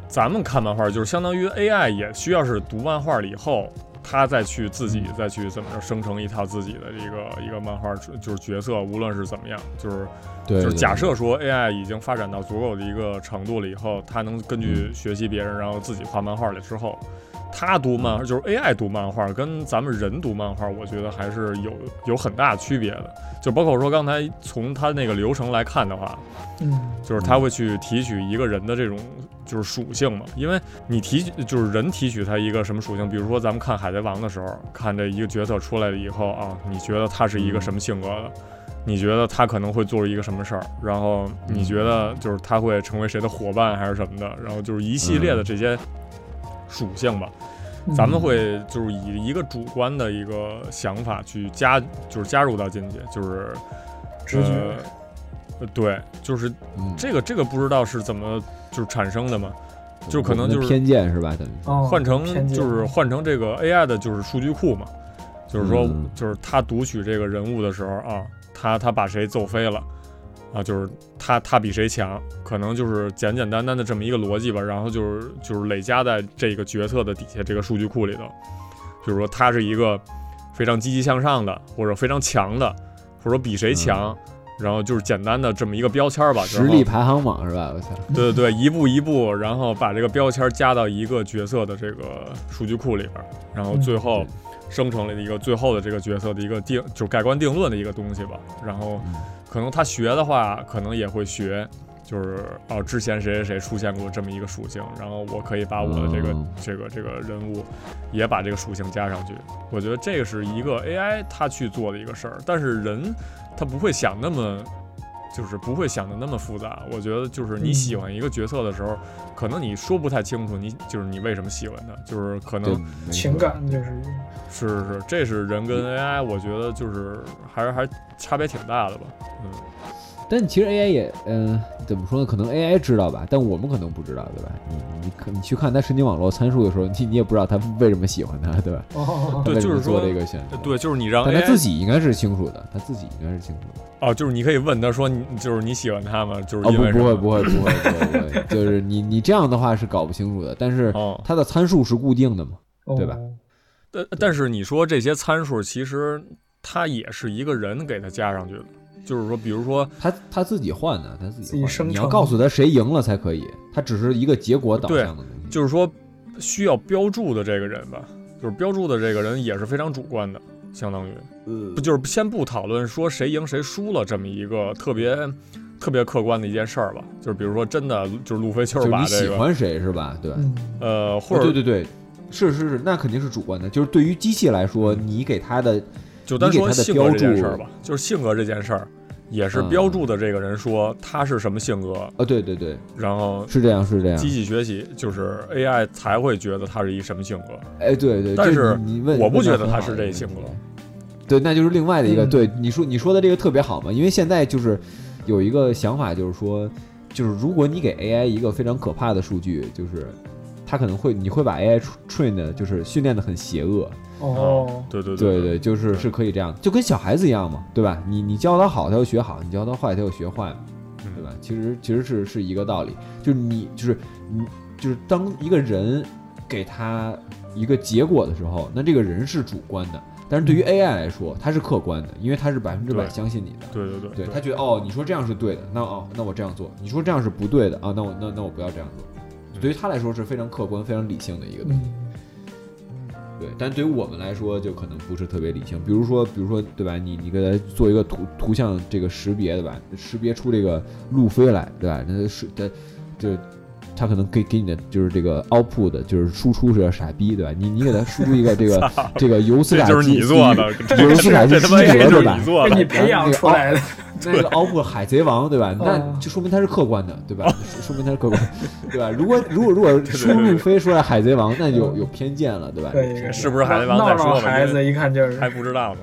咱们看漫画，就是相当于 AI 也需要是读漫画了以后，他再去自己再去怎么着生成一套自己的一个一个漫画，就是角色，无论是怎么样，就是
对
就是假设说 AI 已经发展到足够的一个程度了以后，它能根
嗯
据学习别人，然后自己画漫画了之后，它读漫就是 AI 读漫画跟咱们人读漫画，我觉得还是有有很大区别的。就包括说刚才从它那个流程来看的话，
嗯，
就是它会去提取一个人的这种就是属性嘛，因为你提取就是人提取它一个什么属性，比如说咱们看《海贼王》的时候，看这一个角色出来了以后啊，你觉得他是一个什么性格的？你觉得他可能会做一个什么事儿？然后你觉
嗯
得就是他会成为谁的伙伴还是什么的？然后就是一系列的这些属性吧，
嗯
咱们会就是以一个主观的一个想法去加，就是加入到进去，就是
嗯直
呃
觉，
呃对，就是
嗯，
这个这个不知道是怎么就是产生的嘛？就可能
我们的
就是
偏见是吧？等于
哦
换
偏
成
见
就是换成这个 AI 的就是数据库嘛，就是说
嗯
就是他读取这个人物的时候啊，他他把谁揍飞了。啊，就是他，他比谁强，可能就是简简单单的这么一个逻辑吧，然后就是就是累加在这个角色的底下这个数据库里头，就是说他是一个非常积极向上的，或者非常强的，或者说比谁强，然后就是简单的这么一个标签儿吧，
实
然后
力排行榜是吧？我操，
对对对，一步一步，然后把这个标签加到一个角色的这个数据库里边儿，然后最后
嗯
生成了一个最后的这个角色的一个定，就是盖棺定论的一个东西吧。然后
嗯
可能他学的话，可能也会学，就是哦，之前谁谁谁出现过这么一个属性，然后我可以把我的这个、
嗯
这个这个人物也把这个属性加上去。我觉得这个是一个 AI 它去做的一个事儿，但是人他不会想那么。就是不会想的那么复杂，我觉得就是你
嗯
喜欢一个角色的时候，可能你说不太清楚你就是你为什么喜欢他，就是可
对
能，
没
情
错。
感就是
是是是，这是人跟 AI，我觉得就是还是还是差别挺大的吧。
但其实 AI 也，嗯、怎么说呢？可能 AI 知道吧，但我们可能不知道，对吧？你你可你去看它神经网络参数的时候，你你也不知道它为什么喜欢它，对吧？
哦，
对
它为什么
就是说
做这个选择，
呃对，就是你让
但他
AI
自己应该是清楚的，他自己应该是清楚的。
哦，就是你可以问他说你，就是你喜欢他吗？就是
哦，
因
不，
为
不
会
会，不会，不会，不会，不会，就是你你这样的话是搞不清楚的。但是
哦，
它的参数是固定的嘛？
哦
对吧？
但但是你说这些参数，其实它也是一个人给它加上去的，就是说，比如说，
他他自己换的，他自
自
己
己
换
生
的。你要
成
告诉他谁赢了才可以，它只是一个结果导
对
向的东西。
就是说需要标注的这个人吧，就是标注的这个人也是非常主观的，相当于
呃
不就是先不讨论说谁赢谁输了这么一个特别特别客观的一件事儿吧，就是比如说真的就是路飞就
就是是
把
你
这
喜
个
欢谁是吧？对吧？
嗯，
呃或
哦
者
对对对，是是是，那肯定是主观的。就是对于机器来说，
嗯
你给它的
就单说性格这件事儿
你给他的标嗯
吧，就是性格这件事儿，也是标注的这个人说他是什么性格，
哦，对对对，
然后
是这样是这样
机。器学习就是 AI 才会觉得他是一什么性格。
哎，对对，
但
这
是
你你问
我不
问
觉
到
得
很
他
好
是
的
这
一个
性
问
格
题。对，那就是另外的一个。
嗯
对，你说你说的这个特别好嘛，因为现在就是有一个想法，就是说，就是如果你给 AI 一个非常可怕的数据，就是它可能会你会把 AI tr- train 的，就是训练的很邪恶。
嗯
哦，
对对
对
对，
就是是可以这样，就跟小孩子一样嘛，对吧？你你教他好，他就学好；你教他坏，他就学坏嘛，
嗯
对吧？其实其实是是一个道理，就是你就是你就是当一个人给他一个结果的时候，那这个人是主观的，但是对于 AI 来说，它是客观的，因为它是百分之百
对
相信你的。
对对对
对他觉得哦，你说这样是对的，那哦，那我这样做；你说这样是不对的啊，那我那那我不要这样做。对于他来说是非常客观、非常理性的一个东西。
嗯，
对，但对于我们来说就可能不是特别理性。比如说，比如说，对吧？你你给它做一个图图像这个识别，对吧？识别出这个路飞来，对吧？那是它这它可能给给你的就是这个 output 就是输出是要傻逼，对吧？你你给它输出一 个这个这个尤斯
这
塔
就是你
基
做的， 这
尤斯塔
这
基
他
基
妈
德，
这就
对
是
吧
你？做
被
的，
你培
嗯
养出来的，
哦那个 output 海贼王，对吧？那
哦
就说明他是客观的，对吧？说明他是客观，对吧？如果如果如果
对
出入非说是海贼王，那有有偏见了，对吧？
对对
是不是海贼王
闹
再说
闹
吧
孩
因为
子一看就是
还不知道呢，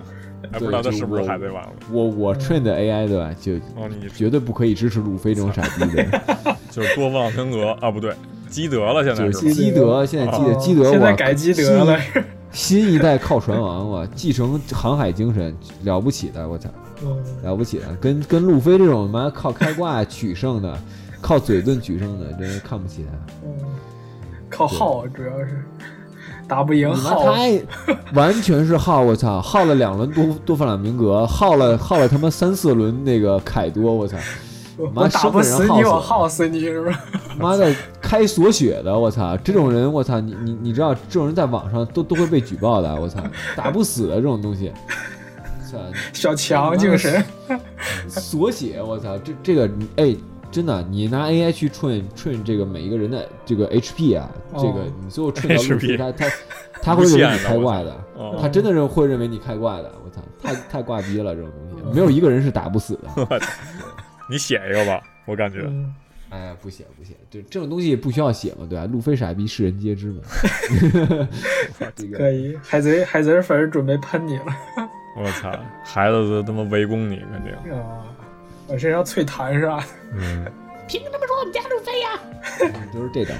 还不知道他是不是海贼王呢。
我我
嗯
train 的 AI 对吧？就
哦，你
绝对不可以支持鲁飞这种傻逼 的。
就是多望天鹅啊，不对，基德了，现在
就是
吧？
基德，现在基德
哦
基德，
现在
我
改基德了，
新一代靠船王，我继承航海精神，了不起的，我操，
嗯
了不起的，跟跟路飞这种妈靠开挂取胜的，靠嘴遁取胜的，真是看不起他。
嗯，靠耗主要是打不赢
你妈
耗，
太完全是耗，我操，耗了两轮多多弗朗明格，耗了耗了他妈三四轮那个凯多，我操，妈
我打不死
生给
你，
人耗死
我耗死你是吧？
妈的开锁血的，我操，这种人，我操，你你你知道这种人在网上都都会被举报的，我操，打不死的这种东西，操，
小强精神，
锁血，我操，这这个哎。真的，你拿 AI 去 train train 这个每一个人的这个 HP 啊，
哦
这个你最后 train 到
HP
路飞，他他他会认为你开挂的，
哦，
他真的是会认为你开挂的，我操，太太挂逼了这种东西，没有一个人是打不死的。
你写一个吧，我感觉
嗯
哎呀，不写不写，这这种东西不需要写嘛，对吧？路飞傻逼，世人皆 知嘛。这个
可以，海贼海贼粉儿准备喷你了
我操，孩子都他妈围攻你，肯定。
啊！我身上脆弹是吧？
嗯，
凭什么说我们家路飞呀？
就是这种，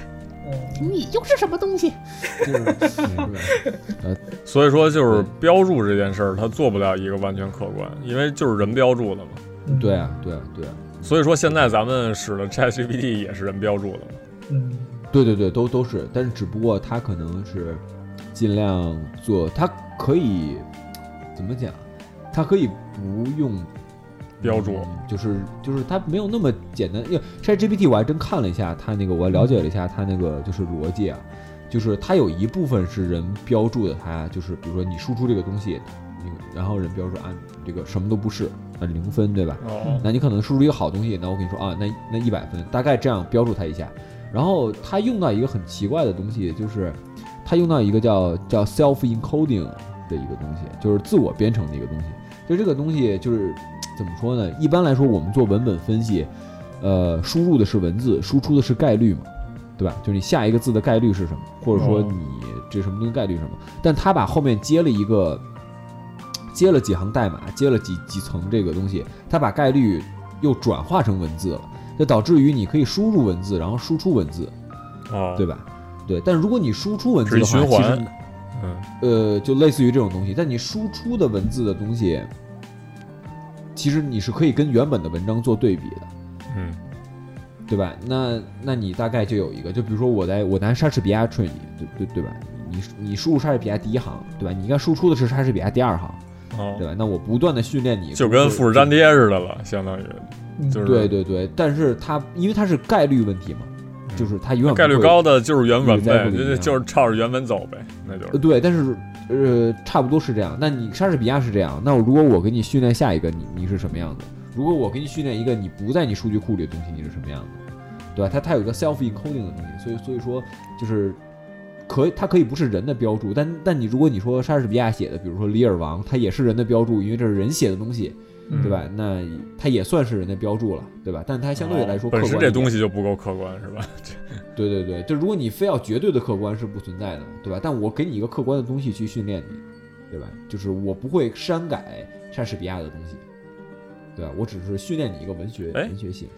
嗯，
你又是什么东西？
就是对吧
所以说就是标注这件事儿，他做不了一个完全客观，因为就是人标注的嘛。
嗯
对，啊，对啊，对啊，
所以说现在咱们使的 ChatGPT 也是人标注的嘛。
嗯，
对对对，都都是，但是只不过他可能是尽量做，他可以怎么讲？他可以不用
标注
嗯就是就是它没有那么简单。因为 ChatGPT 我还真看了一下，它那个我了解了一下它那个就是逻辑啊，就是它有一部分是人标注的它，就是比如说你输出这个东西，你然后人标注啊这个什么都不是，啊零分对吧？
哦，
那你可能输出一个好东西，那我跟你说啊，那那一百分，大概这样标注它一下。然后它用到一个很奇怪的东西，就是它用到一个叫叫 self encoding 的一个东西，就是自我编程的一个东西。就这个东西就是怎么说呢？一般来说，我们做文本分析，呃，输入的是文字，输出的是概率嘛，对吧？就是你下一个字的概率是什么，或者说
哦
你这什么东西概率是什么。但他把后面接了一个，接了几行代码，接了几几层这个东西，他把概率又转化成文字了，就导致于你可以输入文字，然后输出文字，
哦，
对吧？对，但如果你输出文字的
是一
话，
循
其
环
实
嗯，
呃，就类似于这种东西。但你输出的文字的东西，呃其实你是可以跟原本的文章做对比的，
嗯，
对吧？那那你大概就有一个，就比如说我在我拿莎士比亚 train 你，对对对吧？你你输入莎士比亚第一行，对吧？你应该输出的是莎士比亚第二行，对
哦，
吧？那我不断的训练你，
就跟复制粘贴似的了，相当于
嗯
就是
对对对，但是它因为它是概率问题嘛，就是它永远不
概率
会
高的就是原文
你在
呗，
乎
就
你啊
就是照着原文走呗，那就
呃，
是。
对，但是呃，差不多是这样。那你呃莎士比亚是这样，那如果我给你训练下一个，你你是什么样子？如果我给你训练一个你不在你数据库里的东西，你是什么样子？对吧？它它有一个 self encoding 的东西，所以所以说就是可以，它可以不是人的标注，但但你如果你说莎士比亚写的，比如说《李尔王》，它也是人的标注，因为这是人写的东西，
嗯
对吧？那它也算是人的标注了，对吧？但它相对来说
哦
客
本
观一
身
点、
这东西就不够客观是吧？
对对对，就如果你非要绝对的客观是不存在的，对吧？但我给你一个客观的东西去训练你，对吧？就是我不会删改莎士比亚的东西，对吧？我只是训练你一个文学
哎
文学性。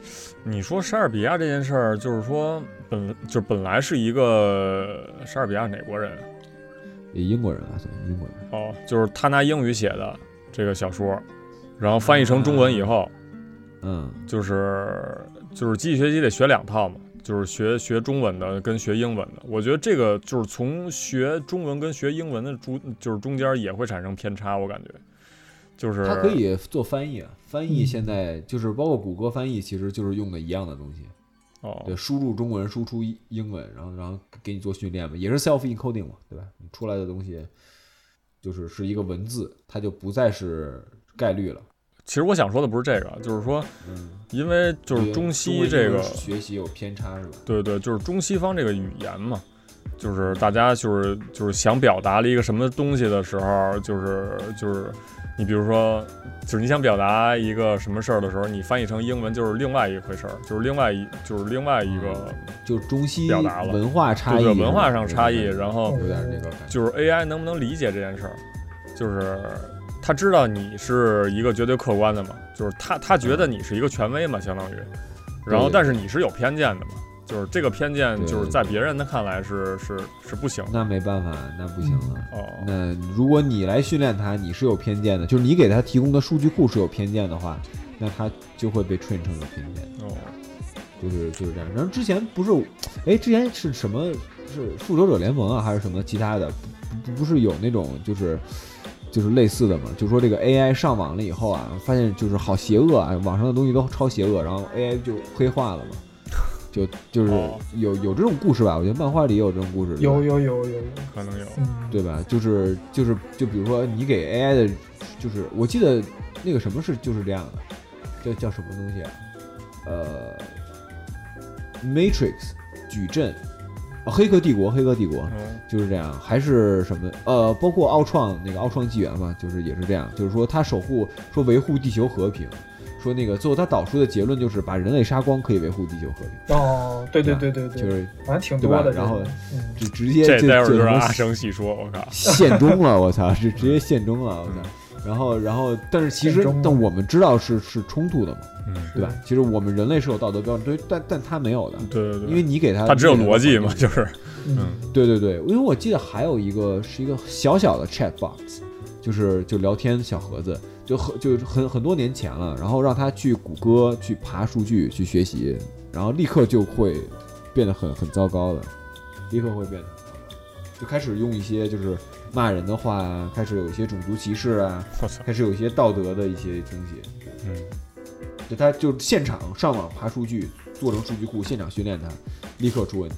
你说莎士比亚这件事儿，就是说本就本来是一个莎士比亚是哪国人啊
也英国人啊，算英国人。
哦，就是他拿英语写的这个小说，然后翻译成中文以后，
嗯，
就是就是机器学习得学两套嘛，就是学学中文的跟学英文的。我觉得这个就是从学中文跟学英文的中就是中间也会产生偏差，我感觉就是
他可以做翻译啊，翻译
嗯
现在就是包括谷歌翻译，其实就是用的一样的东西，
哦
对，输入中文，输出英文，然后然后给你做训练嘛，也是 self encoding 嘛，对吧？你出来的东西就是是一个文字，它就不再是概率了。
其实我想说的不是这个，就是说，
嗯，
因为就是
对
中西
文
这
英
个
文学习有偏差是吧？
对对，就是中西方这个语言嘛，就是大家就是就是想表达了一个什么东西的时候，就是就是你比如说，就是你想表达一个什么事儿的时候，你翻译成英文就是另外一回事儿，就是另外一就是另外一个
嗯就中西
表达了
文化差
对
异，
对文化上差异，
有点
然后
有点那个感觉。
就是 AI 能不能理解这件事儿，就是他知道你是一个绝对客观的嘛，就是他他觉得你是一个权威嘛，相当于，然后
嗯对
但是你是有偏见的嘛，就是这个偏见
对
就是在别人的看来是是是不行的
那没办法，那不行了。
哦，
那如果你来训练它，你是有偏见的，就是你给它提供的数据库是有偏见的话，那它就会被 train 成有偏见，
哦，
就是就是这样。然后之前不是，哎，之前是什么？是复仇者联盟啊，还是什么其他的？不不不是有那种就是就是类似的嘛？就说这个 AI 上网了以后啊，发现就是好邪恶啊，网上的东西都超邪恶，然后 AI 就黑化了嘛。就就是
哦
有有这种故事吧，我觉得漫画里也有这种故事。对吧
有有有有有，
可能有，
嗯，
对吧？就是就是就比如说你给 AI 的，就是我记得那个什么是就是这样的，叫叫什么东西、啊？呃，Matrix 矩阵，哦，黑客帝国，黑客帝国
嗯
就是这样，还是什么？呃，包括奥创那个奥创纪元嘛，就是也是这样，就是说他守护说维护地球和平，说那个最后他导出的结论就是把人类杀光可以维护地球和平，
哦，对对对对对，
就是
反正挺
对
多
吧
的。
然后
嗯，
直直接
这
就
待会儿
就
就让
什么
阿生细说，我靠，
现中了，我操，是直接现中
嗯
了，我操。然后，然后，但是其实
现中，了
但我们知道是是冲突的嘛，
嗯，
对吧？其实我们人类是有道德标准，对，但但他没有的，
对对对，
因为你给
嗯
他
他只有逻辑嘛，就是
嗯，
对对对，因为我记得还有一个是一个小小的 chat box，就是就聊天小盒子，就很就很很多年前了，然后让他去谷歌去爬数据去学习，然后立刻就会变得很很糟糕的，立刻会变得很糟糕，就开始用一些就是骂人的话啊，开始有一些种族歧视啊，
我操，
开始有一些道德的一些东西，
嗯，
就他就现场上网爬数据，做成数据库，现场训练它，立刻出问题。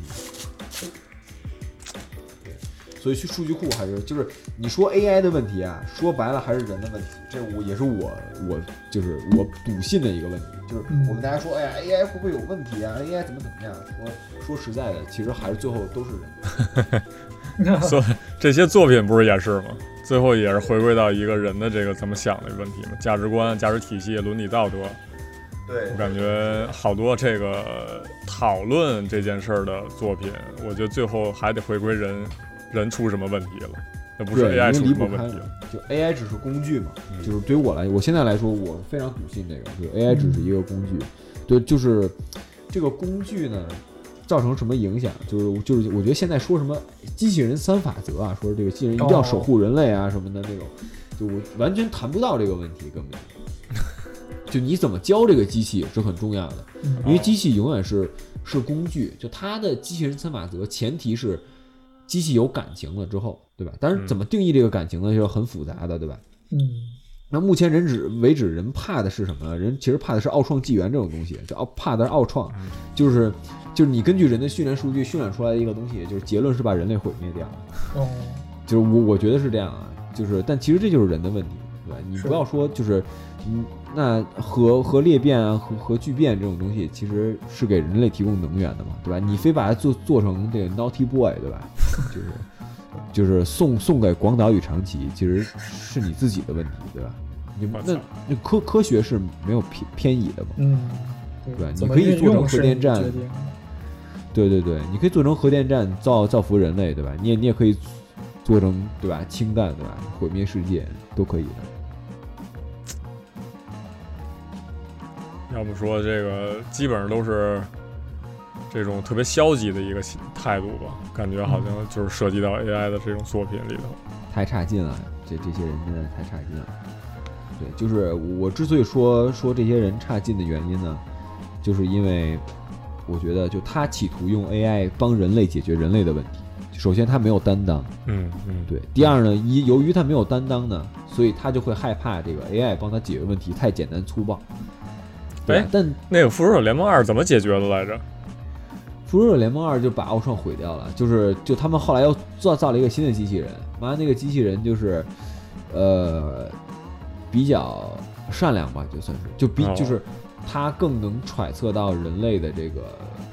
对，所以去数据库还是就是你说 AI 的问题啊，说白了还是人的问题，这我也是我我就是我笃信的一个问题，就是
嗯
我们大家说，哎呀，AI 会不会有问题啊？AI 怎么怎么样？说说实在的，其实还是最后都是人。
所以这些作品不是也是吗？最后也是回归到一个人的这个怎么想的问题嘛，价值观、价值体系、伦理道德，
对
我，感觉好多这个讨论这件事儿的作品，我觉得最后还得回归人，人出什么问题了，那不是
对
AI
因为
出
离
什
不
么
开
问题
嘛
了。
就 AI 只是工具嘛，
嗯
就是对于我来，我现在来说，我非常笃信这个，就是 AI 只是一个工具，对，就是这个工具呢，造成什么影响？就是就是，我觉得现在说什么机器人三法则啊，说这个机器人一定要守护人类啊什么的那种，就我完全谈不到这个问题，根本 就。就你怎么教这个机器是很重要的，
嗯
嗯
因为机器永远是是工具，就它的机器人三法则前提是机器有感情了之后，对吧？但是怎么定义这个感情呢，就是很复杂的，对吧？
嗯，
那目前人只为止，人怕的是什么呢？人其实怕的是奥创纪元这种东西，就奥怕的是奥创，就是就是你根据人的训练数据训练出来的一个东西，就是结论是把人类毁灭掉，
哦，
就是我我觉得是这样啊，就是但其实这就是人的问题，对吧？你
是
不要说就是嗯，那核核裂变啊、核核聚变这种东西，其实是给人类提供能源的嘛，对吧？你非把它做做成这个 Naughty Boy，对吧？就是就是送送给广岛与长崎，其实是你自己的问题，对吧？你
我
那
操
那科科学是没有偏偏倚的嘛？
嗯，
对你
怎么
可以
运
做成
用
核
是
电
你
站
决定的
对对对，你可以做成核电站造造福人类，对吧？你也你也可以做成对吧氢弹，对吧？毁灭世界都可以的。
要不说这个基本上都是这种特别消极的一个态度吧，感觉
嗯
好像就是涉及到 AI 的这种作品里头。
太差劲了，这这些人真的太差劲了。对，就是我之所以说说这些人差劲的原因呢，就是因为我觉得就他企图用 AI 帮人类解决人类的问题。首先，他没有担当，
嗯嗯，
对。第二呢，一由于他没有担当呢，所以他就会害怕这个 AI 帮他解决问题太简单粗暴。对吧
哎，
但
那个《复仇者联盟二》怎么解决的来着？
复仇者联盟二就把奥创毁掉了，就是就他们后来又造造了一个新的机器人，妈那个机器人就是，呃，比较善良吧，就算是就比
哦
就是它更能揣测到人类的这个，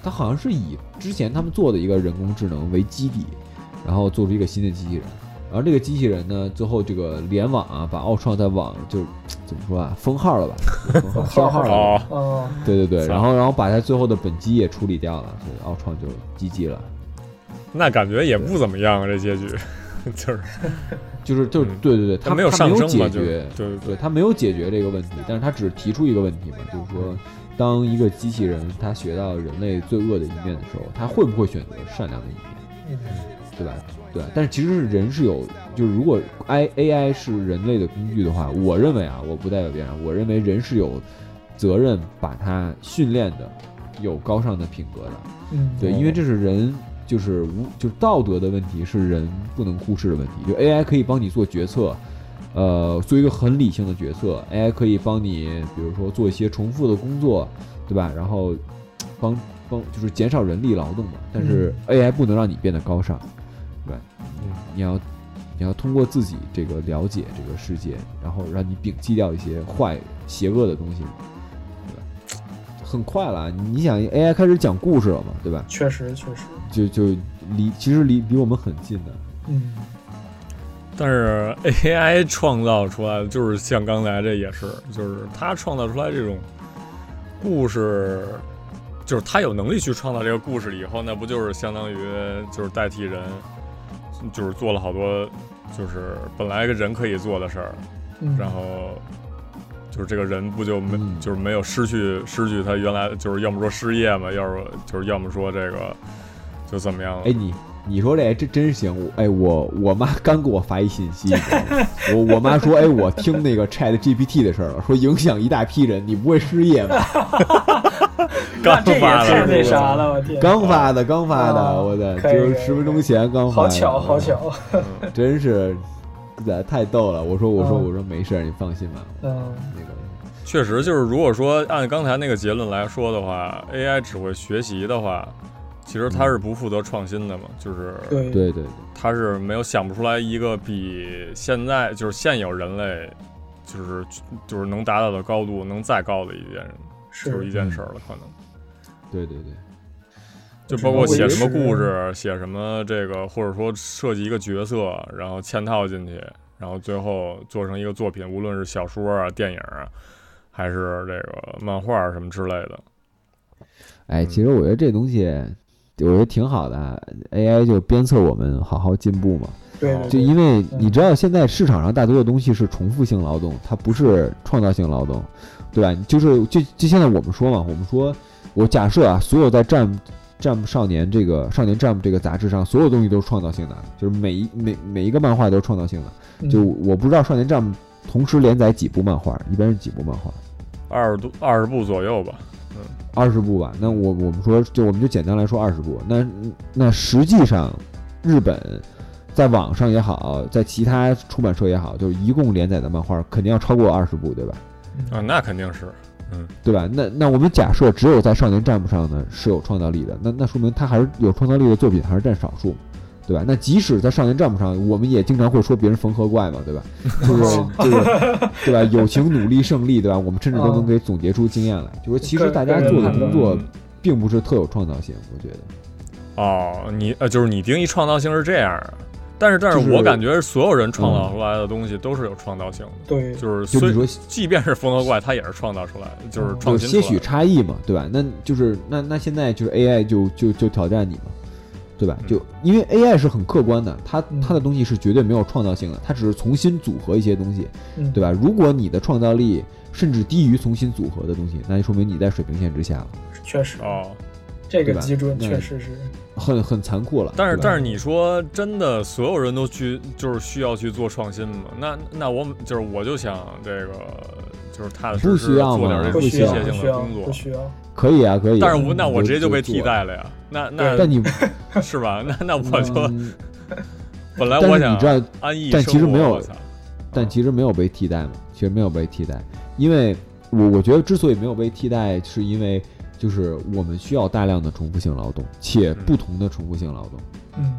它好像是以之前他们做的一个人工智能为基底，然后做出一个新的机器人。然后这个机器人呢，最后这个联网啊，把奥创在网就是怎么说啊，封号 了吧，封号消号了吧，
哦，
哦，
对对对，
操
然后然后把它最后的本机也处理掉了，所以奥创就 GG 了。
那感觉也不怎么样啊，这结局 就是
就是就是
嗯
对对对，他
没
有
上升嘛，
解
就
决
是，对
对他没有解决这个问题，但是他只提出一个问题嘛，就是
嗯
说，当一个机器人他学到人类最恶的一面的时候，他会不会选择善良的一面，
嗯
对吧？对，啊但是其实是人是有，就是如果 I A I 是人类的工具的话，我认为啊，我不代表别人，我认为人是有责任把它训练的有高尚的品格的，
嗯，
对，因为这是人，就是无就是道德的问题，是人不能忽视的问题。就 AI 可以帮你做决策，呃，做一个很理性的决策，AI 可以帮你，比如说做一些重复的工作，对吧？然后帮帮就是减少人力劳动嘛。但是 AI 不能让你变得高尚，对吧？
嗯
你要你要通过自己这个了解这个世界，然后让你摒弃掉一些坏邪恶的东西嘛。对吧很快了，啊你想 AI 开始讲故事了嘛，对吧？
确实确实，
就就离其实离离我们很近的，
嗯，
但是 AI 创造出来的，就是像刚才这也是，就是它创造出来这种故事，就是它有能力去创造这个故事以后，那不就是相当于就是代替人，就是做了好多就是本来一个人可以做的事儿，
嗯
然后就是这个人不就没、
嗯
就是没有失去失去他原来就是要么说失业嘛，要是就是要么说这个就怎么样了
哎，你你说这这真行！我哎，我我妈刚给我发一信息，你知道吗？我我妈说，哎，我听那个 Chat GPT 的事儿了，说影响一大批人，你不会失业吧？
那
刚
这也
发
太
了
那啥了，我天，
刚发的，刚发的，
哦
我的，
可以
就是
可以
十分钟前刚发
好
的。嗯
巧好巧，，
真是，咱太逗了！我说我说
嗯
我说没事儿，你放心吧。
嗯
那个
确实，就是如果说按刚才那个结论来说的话，AI 只会学习的话，其实它是不负责创新的嘛，就是
对
对对对，
它是没有想不出来一个比现在就是现有人类就是就是能达到的高度能再高的一件就是一
是
件事儿了，可能
对对对，
就包括写什么故
我
事，写什么这个，或者说设计一个角色，然后嵌套进去，然后最后做成一个作品，无论是小说啊、电影啊，还是这个漫画啊什么之类的。
哎，
嗯
其实我觉得这东西，我觉得挺好的啊，AI 就鞭策我们好好进步嘛。
对
哦
对
就
对
因为你知道，现在市场上大多的东西是重复性劳动，它不是创造性劳动，对吧？就是就就现在我们说嘛，我们说，我假设啊，所有在 Jam Jam 少年这个少年 Jam 这个杂志上，所有东西都是创造性的，就是每一每每一个漫画都是创造性的。
嗯
就我不知道少年 Jam 同时连载几部漫画，一般是几部漫画？
二十多二十部左右吧。
二十部吧。那我我们说，就我们就简单来说二十部。那那实际上，日本在网上也好，在其他出版社也好，就是一共连载的漫画肯定要超过二十部，对吧？
嗯
啊，那肯定是
对吧？那那我们假设只有在少年占卜上呢是有创造力的，那那说明他还是有创造力的作品还是占少数，对吧？那即使在少年占卜上，我们也经常会说别人缝合怪嘛，对吧？就是就是，对吧？友情、努力、胜利，对吧？我们甚至都能给总结出经验来，就说其实大家做的工作并不是特有创造性，我觉得。
哦，你呃，就是你定义创造性是这样啊，但是但
就是是
我感觉所有人创造出来的东西都是有创造性的，
对
就是
就
虽
你说
即便是缝合怪，它也是创造出来的，就是创
有
新出
些
来
许
的。
差异嘛，对吧？那就是那那现在就是 AI 就就就挑战你嘛，对吧
嗯？
就因为 AI 是很客观的，它
嗯
它的东西是绝对没有创造性的，它只是重新组合一些东西，
嗯
对吧？如果你的创造力甚至低于重新组合的东西，那就说明你在水平线之下了，
确实
哦，
这
对
个
吧
基准
那
确实是
很很残酷了。
但是
对吧
但是你说真的，所有人都去就是需要去做创新吗？那那我就是我就想这个就是踏踏实
不
实
需要
做
嘛
点这
不
种
不
机
需要
械
不
性
需
的
要
工作
不。需要，
可以啊，可以啊。
但是我那我
你
直接就被替。
做
代了呀，那那
但你
是吧？那那 我就、
嗯
本来
但
我
是
想
你知道，
安逸
但
生
其实
活
没有
我操
但其实没有被替代嘛，其实没有被替代，因为我我觉得之所以没有被替代，是因为就是我们需要大量的重复性劳动，且不同的重复性劳动，
嗯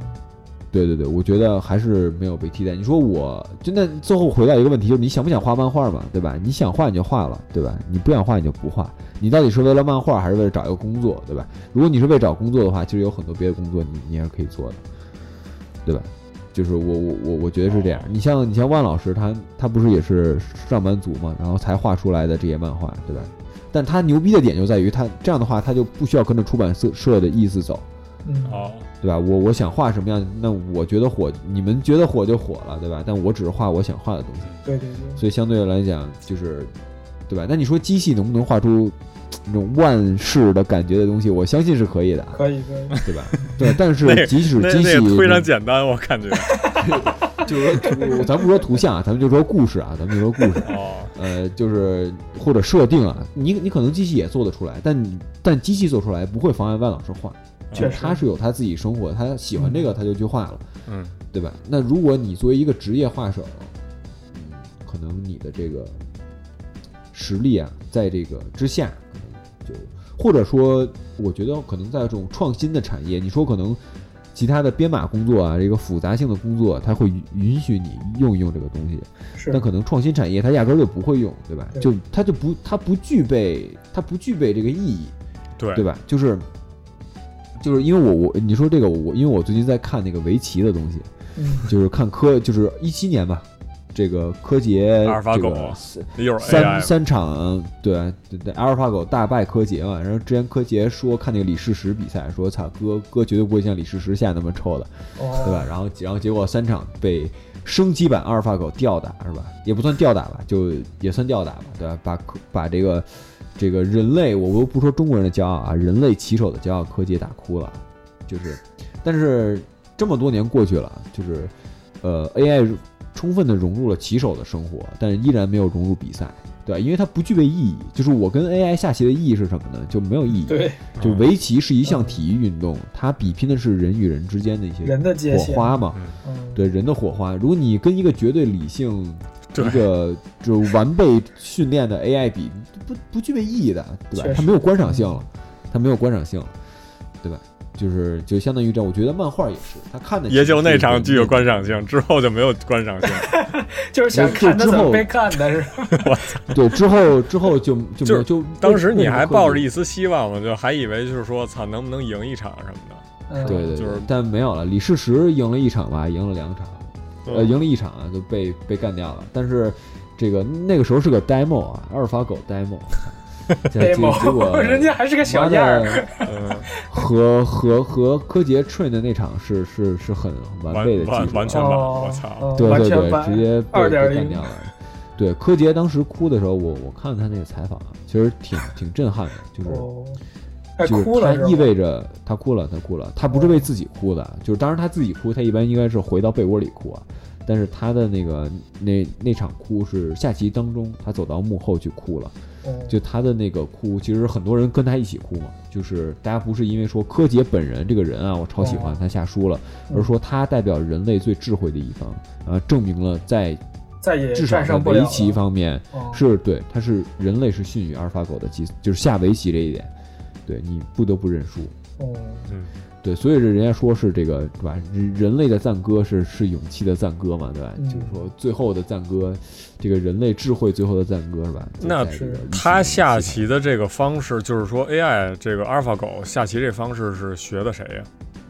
对对对，我觉得还是没有被替代。你说我，就那最后回到一个问题，就是你想不想画漫画嘛，对吧？你想画你就画了，对吧？你不想画你就不画。你到底是为了漫画还是为了找一个工作，对吧？如果你是为找工作的话，其实有很多别的工作你你也是可以做的，对吧？就是我我我我觉得是这样。你像你像万老师他他不是也是上班族嘛，然后才画出来的这些漫画，对吧？但他牛逼的点就在于他这样的话，他就不需要跟着出版社社的意思走，
嗯，
哦，
对吧？我我想画什么样，那我觉得火，你们觉得火就火了，对吧？但我只是画我想画的东西，
对对对，
所以相对来讲就是，对吧？那你说机器能不能画出那种万世的感觉的东西？我相信是可以的啊，
可以可以，
对 吧？对，但是
那
即使
那
机器
那也非常简单，我感 觉。
就是说 图，咱不说图像啊，咱们就说故事啊，咱们就说故事，
哦，
呃，就是或者设定啊，你你可能机器也做得出来，但你但机器做出来不会妨碍万老师画，
确实
他是有他自己生活，他喜欢这个他就去画了。
嗯，
对吧？那如果你作为一个职业画手，嗯，可能你的这个实力啊，在这个之下，可能就或者说，我觉得可能在这种创新的产业，你说可能其他的编码工作啊，这个复杂性的工作，啊它会允允许你用一用这个东西，
是
但可能创新产业它压根儿就不会用，对吧？
对
就它就不它不具备它不具备这个意义，
嗯对
对吧？就是就是因为我我你说这个我因为我最近在看那个围棋的东西，
嗯
就是看科，就是一七年吧，这个科杰
阿尔法
这
狗啊
个三
你有 AI
三
吗
三场，对对对，阿尔法狗大败科杰嘛。然后之前科杰说看那个李世石比赛，说操哥哥绝对不会像李世石下那么臭的，
哦，
对吧？？然后然后结果三场被升级版阿尔法狗吊打是吧？也不算吊打吧，就也算吊打吧，对吧？把科把这个这个人类，我不不说中国人的骄傲啊，人类棋手的骄傲，柯洁打哭了，就是，但是这么多年过去了，就是呃 AI 充分的融入了棋手的生活，但是依然没有融入比赛。对吧，因为它不具备意义。就是我跟 AI 下棋的意义是什么呢？就没有意义。
对，
就
嗯
围棋是一项体育运动，它比拼的是人与人之间的一些
人的界
火
限，
花嘛，
嗯，
对人的火花。如果你跟一个绝对理性、
对
一个就完备训练的 AI 比，不不具备意义的，对吧
确实？
它没有观赏性了，它没有观赏性了，对吧？就是就相当于这样，我觉得漫画也是，他看的
也就那场具有观
赏。
赏性，之后就没有观赏性。
就是想看他
就
怎
之后
么被看的是吧？
对，之后之后就就没有就
当时你还 抱着
一
一丝希望嘛，就还以为就是说，操，能不能赢一场什么的。
嗯，
对对
就
对
是，
但没有了。李世石赢了一场吧，赢了两场，
嗯
呃，赢了一场啊，就被被干掉了。但是这个那个时候是个 demo 啊，阿尔法狗 demo，结结啊结果
demo，人家还是个小
妈
样儿，
的
嗯，
和和和柯洁 train 的那场是是是很
完
完备的技
完
术，啊
完全版，
哦，
我操，
嗯
对
完
对
全
对，
版
直接被被
二点
干掉
零，
了。对，柯洁当时哭的时候，我我看了他那个采访啊，其实挺挺震撼的，就是
哦，还
就是
哭了是哦
他
吧？
意味着他哭了，他哭了，他不是为自己哭的，就是当然他自己哭，他一般应该是回到被窝里哭啊，但是他的那个那那场哭是下棋当中，他走到幕后去哭了，
嗯
就他的那个哭，其实很多人跟他一起哭嘛，就是大家不是因为说柯洁本人这个人啊，我超喜欢
哦
他下输了，
嗯
而说他代表人类最智慧的一方，啊，证明了在
再也
至少
战
在
胜不了
围
了。
棋方面，
哦
是对，它是人类是逊于阿尔法狗的棋，就是下围棋这一点，对你不得不认输。
嗯，
对，所以这人家说是这个，对吧？人人类的赞歌是是勇气的赞歌嘛，对吧？
嗯
就是说最后的赞歌，这个人类智慧最后的赞歌是吧？就
那
在这个
是
17
他下
世纪
棋的这个方式，就是说 AI 这个阿尔法狗下棋这方式是学的谁呀？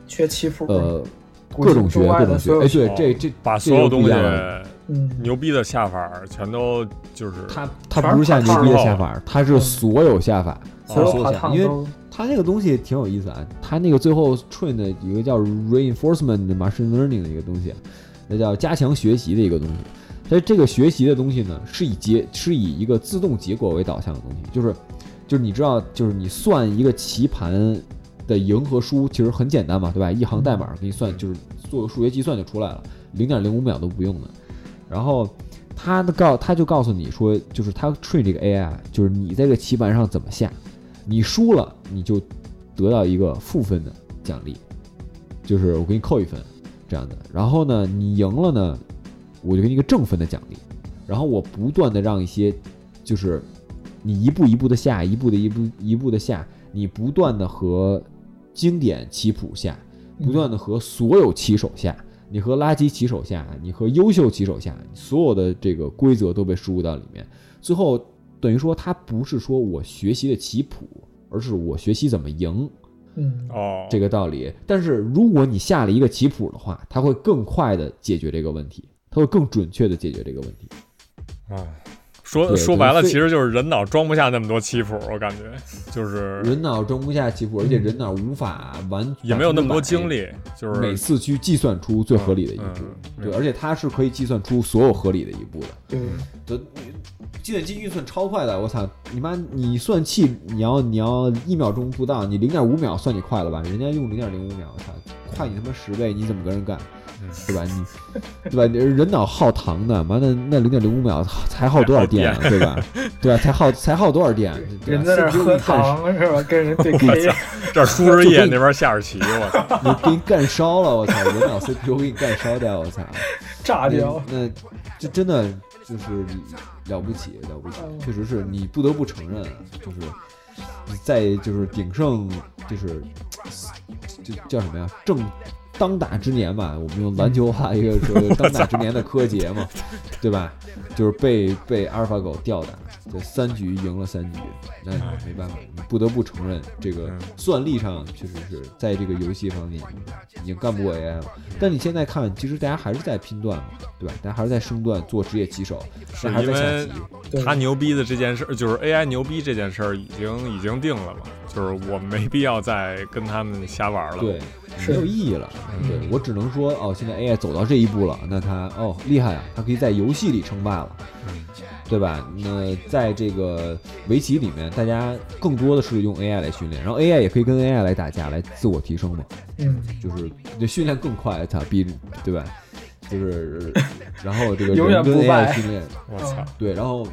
缺棋谱，
呃
古
各
今
种学
中外
各
的
种学，
所有
哎，对
哦，
这这
把
这
所有
就
东
不一
西
样了
嗯，
牛逼的下法儿全都就是
他他
全
不是
是
下
靠
套
牛逼的
路
下法儿，他是
嗯
所有下法，他是
所有
所有
爬
下法，
烫
因为
都
他那个东西挺有意思啊，他那个最后 train 的有一个叫 reinforcement 的 machine learning 的一个东西，啊那叫加强学习的一个东西。但是这个学习的东西呢，是以结是以一个自动结果为导向的东西，就是就是你知道，就是你算一个棋盘的赢和输，其实很简单嘛，对吧？一行代码给你算，就是做个数学计算就出来了，零点零五秒都不用的。然后他的告他就告诉你说，就是他 train 这个 AI，啊就是你在这个棋盘上怎么下，你输了你就得到一个负分的奖励，就是我给你扣一分这样的。然后呢，你赢了呢，我就给你一个正分的奖励。然后我不断的让一些，就是你一步一步的下，一步的一步一步的下，你不断的和经典棋谱下，不断的和所有棋手下，你和垃圾棋手下，你和优秀棋手下，所有的这个规则都被输入到里面。最后等于说，它不是说我学习的棋谱，而是我学习怎么赢
嗯，
哦，
这个道理。但是如果你下了一个棋谱的话，它会更快的解决这个问题，它会更准确的解决这个问题。
啊，说
对
说白了，
就是
其实就是人脑装不下那么多棋谱，我感觉就是嗯
人脑装不下棋谱，而且人脑无法完，
也没有那么多
百分之百
精力，就是
每次去计算出最合理的一步，
嗯嗯
对，而且它是可以计算出所有合理的一步的。
对，
这计算机运算超快的，我操！你妈，你算气，你要你要一秒钟不到，你零点五秒算你快了吧？人家用零点零五秒，我操，快你他妈十倍，你怎么跟人干
嗯？
对吧？你对吧？人脑耗糖的，妈的，那零点零五秒才耗多少电啊？对吧？对吧？才耗才耗多少电？对吧
人在那儿
CPU
喝
一干
糖是吧？跟人对 K，
这儿输 着夜那边下着棋，我操！
你给你干烧了，我操！人脑 CPU 给你干烧掉，我操！
炸掉。
那嗯那这真的就是了不起，了不起，确实是你不得不承认，啊就是你在就是鼎盛，就是就叫什么呀？正当打之年吧，我们用篮球画一个说当打之年的柯洁嘛，对吧？就是被被阿尔法狗吊打，这三局赢了三局，那你没办法，你不得不承认这个
嗯
算力上确实是在这个游戏方面已经干不过 AI 了。但你现在看，其实大家还是在拼段嘛，对吧？大家还是在升段做职业棋手，大
是
家还是
因
在
为
下棋。
对
他牛逼的这件事，就是 AI 牛逼这件事儿已经已经定了嘛，就是我没必要再跟他们瞎玩了。
对，
是
没有意义了。
嗯
对我只能说，哦，现在 AI 走到这一步了，那它哦厉害啊，它可以在游戏里称霸了，
嗯
对吧？那在这个围棋里面，大家更多的是用 AI 来训练，然后 AI 也可以跟 AI 来打架，来自我提升嘛，
嗯，
就是这训练更快，它比对吧？就是，然后 这个
永远
人跟
不败
AI 训练，
我操！
对，然后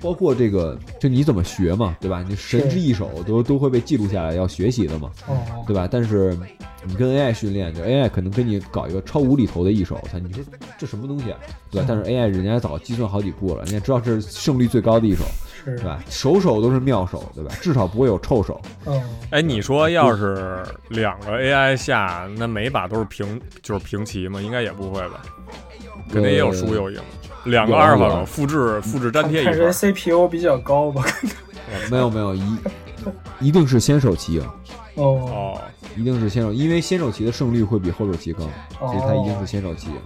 包括这个，就你怎么学嘛，对吧？你神之
是
一手都都会被记录下来，要学习的嘛。
哦，
对吧？但是你跟 AI 训练，就 AI 可能给你搞一个超无厘头的一手，操，你说这什么东西啊？对吧？但是 AI 人家早计算好几步了，人家知道这是胜率最高的一手，
是
对，吧？首手都是妙手，对吧？至少不会有臭手。
嗯，
哎，你说要是两个 AI 下，那每把都是平，就是平棋吗？应该也不会吧？肯定也有输有赢。两个
有
阿尔法
有
狗复制复制粘贴一
看
块
谁
儿，
CPU 比较高吧。
呃没有没有一。一定是先手棋赢，
哦，
哦，
一定是先手，因为先手棋的胜率会比后手棋高，
哦
所以它一定是先手棋赢。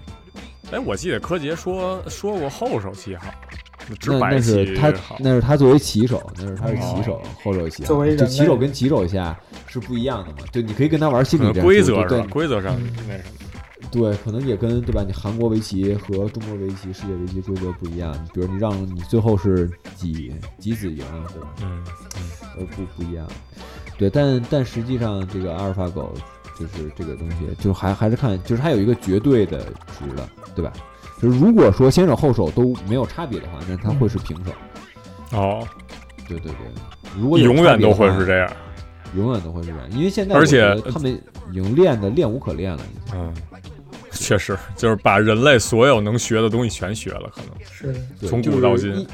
哎，我记得柯洁说说过后手棋好，直
那
白
那是
棋
他
好，
那是他作为棋手，那是他是棋手，后手棋啊。
哦作为人
就
类
棋手跟棋手下是不一样的嘛，就你可以跟他玩心理
嗯
战术，
规则
就
吧
是对？嗯
规则上那什么，
对，可能也跟对吧？你韩国围棋和中国围棋、世界围棋规则不一样。你比如你让你最后是几几子赢，对吧？
嗯，
呃，不不一样。对，但但实际上这个阿尔法狗就是这个东西，就还还是看，就是它有一个绝对的值的，对吧？就是如果说先手后手都没有差别的话，那它会是平手。
哦，
对对对，如果有
永远都会是
差别的话，
这样，
永远都会是这样，因为现在
而
我觉
且
得他们已经练的练无可练了，已经。
嗯，确实就是把人类所有能学的东西全学了，可能
是，
对
从
就
古
是
到今
因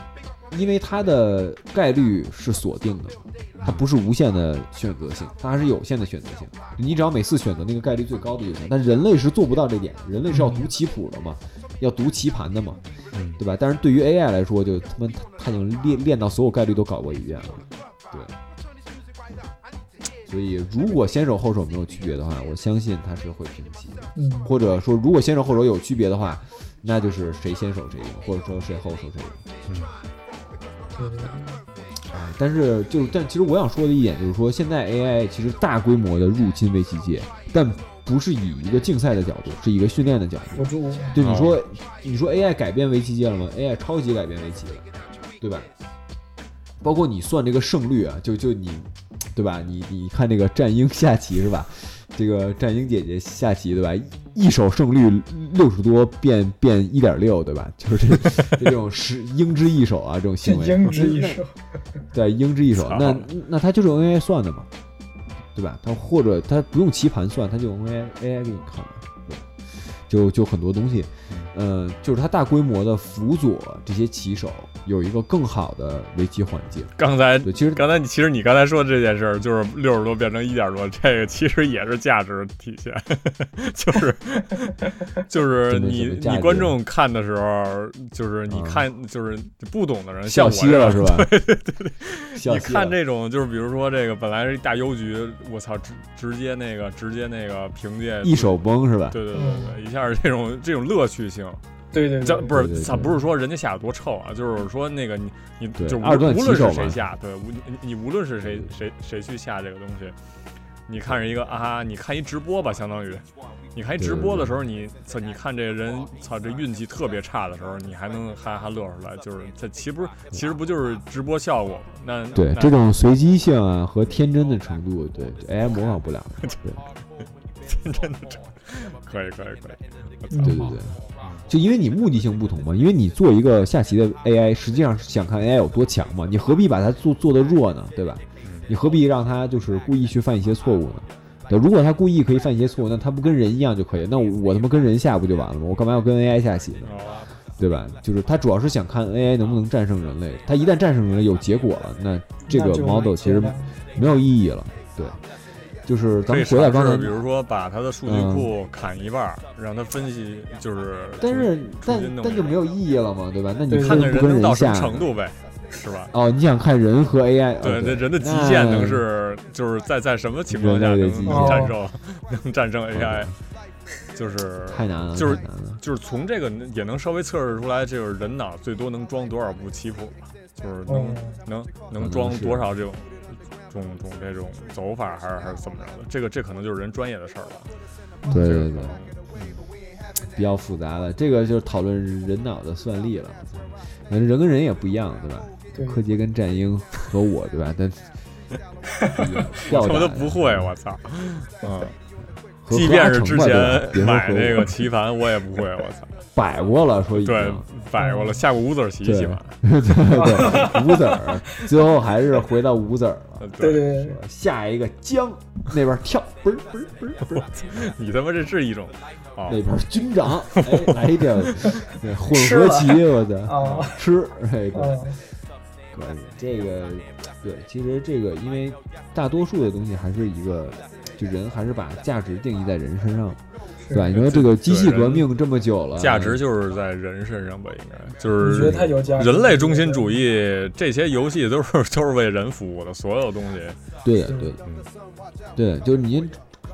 因为它的概率是锁定的，它不是无限的选择性，它还是有限的选择性。你只要每次选择那个概率最高的就行。但人类是做不到这点，人类是要读棋谱的嘛，要读棋盘的嘛，
嗯
对吧？但是对于 AI 来说，就他妈它它已经练练到所有概率都搞过一遍了，对。所以，如果先手后手没有区别的话，我相信它是会平棋的。
嗯，
或者说如果先手后手有区别的话，那就是谁先手谁赢，或者说谁后手谁赢。啊，但是就是，但其实我想说的一点就是说，现在 AI 其实大规模的入侵围棋界，但不是以一个竞赛的角度，是一个训练的角度
辅。助，
对你说，你说 AI 改变围棋界了吗？AI 超级改变围棋了，对吧？包括你算这个胜率啊，就就你，对吧？你你看这个战鹰下棋是吧？这个战鹰姐姐下棋对吧？一手胜率六十多变变一点六对吧？就是这 就这种十鹰之一手啊这种行为，
鹰之一
那
手，
对，鹰之一手
操，
那那它就是用 AI 算的嘛，对吧？它或者它不用棋盘算，它就用 AI AI 给你看嘛，对，就就很多东西，
嗯
呃，就是它大规模的辅佐这些棋手有一个更好的围棋环境。
刚才
对，其实
刚才你其实你刚才说的这件事儿，就是六十多变成一点多， 这个其实也是价值体现， 就是就是
真的
你
真的价值
你观众看的时候，就是你
嗯
看、就是不懂的人像
笑
我
嘻
这样
了是 吧？对对对，笑
你
嘻
看
了。
这种就是比如说这个本来是一大邮局，我操，直直接那个直接那个凭借
一手崩是吧？
对对对对，一下这种这种乐趣性，
对对
这
对，
不是
对对对
咱不是说人家下的多臭啊，就是说那个你你
对
就无
二段
无论
棋手
是
嘛
谁下，对，无你你无论是谁谁谁去下这个东西，你看着一个啊，你看一直播吧，相当于你看一直播的时候，你操，你看这人操这运气特别差的时候，你还能哈哈乐出来，就是这其不是其实不就是直播效果吗？那
对
那
这种随机性啊和天真的程度，对 AI 模仿不 了。对
真的这可以可以可以，我操
嗯
对对对，就因为你目的性不同嘛，因为你做一个下棋的 AI，实际上是想看 AI 有多强嘛，你何必把它做做的弱呢？对吧？你何必让它就是故意去犯一些错误呢？对，如果它故意可以犯一些错误，那它不跟人一样就可以？那我他妈跟人下不就完了吗？我干嘛要跟 AI 下棋呢？
哦
对吧？就是它主要是想看 AI 能不能战胜人类，它一旦战胜人类有结果了，那这个
那就
model 其实没有意义了。对，就是咱
可以
们
尝
回到刚才嗯
试，比如说把他的数据库砍一半儿，让他分析，就是
但是
重
但
新弄
但
一
就
遍
没有意义了嘛，对吧？那你
对
看看
不
人
跟
能到什
下
么程度呗，是吧？
哦，你想看人和 AI？
对，
哦、
这
对，
人的极限能
那
是就是在在什么情况下
人类的
能
极
能
限
战胜能战胜 AI，就是
嗯太难了，
就是
太难了。
就是从这个也能稍微测试出来，就是人脑最多能装多少步棋谱，就是能、
嗯
能
能
能装
是
多少这种种种这种走法，还是还是怎么着的？这个这可能就是人专业的事儿了。
对对对，比较复杂的，这个就是讨论人脑的算力了。嗯，人跟人也不一样，对吧？
对
柯洁跟战鹰和我，对 吧？但吊
我
打
都不会，我操！嗯，
和
即
和
便
阿
是
成
之
吧对吧
前
别说
买
和
那
我
个棋盘，我也不会，我 操！
摆过了，说已经
对，摆过了，下过五子棋
对
棋盘。
对五子儿，最后还是回到五子儿了。
对对对，
下一个将那边跳，不是不是不是不是，
你他妈这是一种啊！
那边军 长，哎来一点对混
吃
合
了
棋，我操，
啊
吃，哎对，
啊，
可以，这个对，其实这个因为大多数的东西还是一个，就人还是把价值定义在人身上，对吧？你说这个机器革命这么久了，
价值就是在人身上吧，应该就
你觉得
是
它有价值？
人类中心主义，这些游戏都是都是为人服务的，所有东西。
对
嗯
的，对的，对的，就是您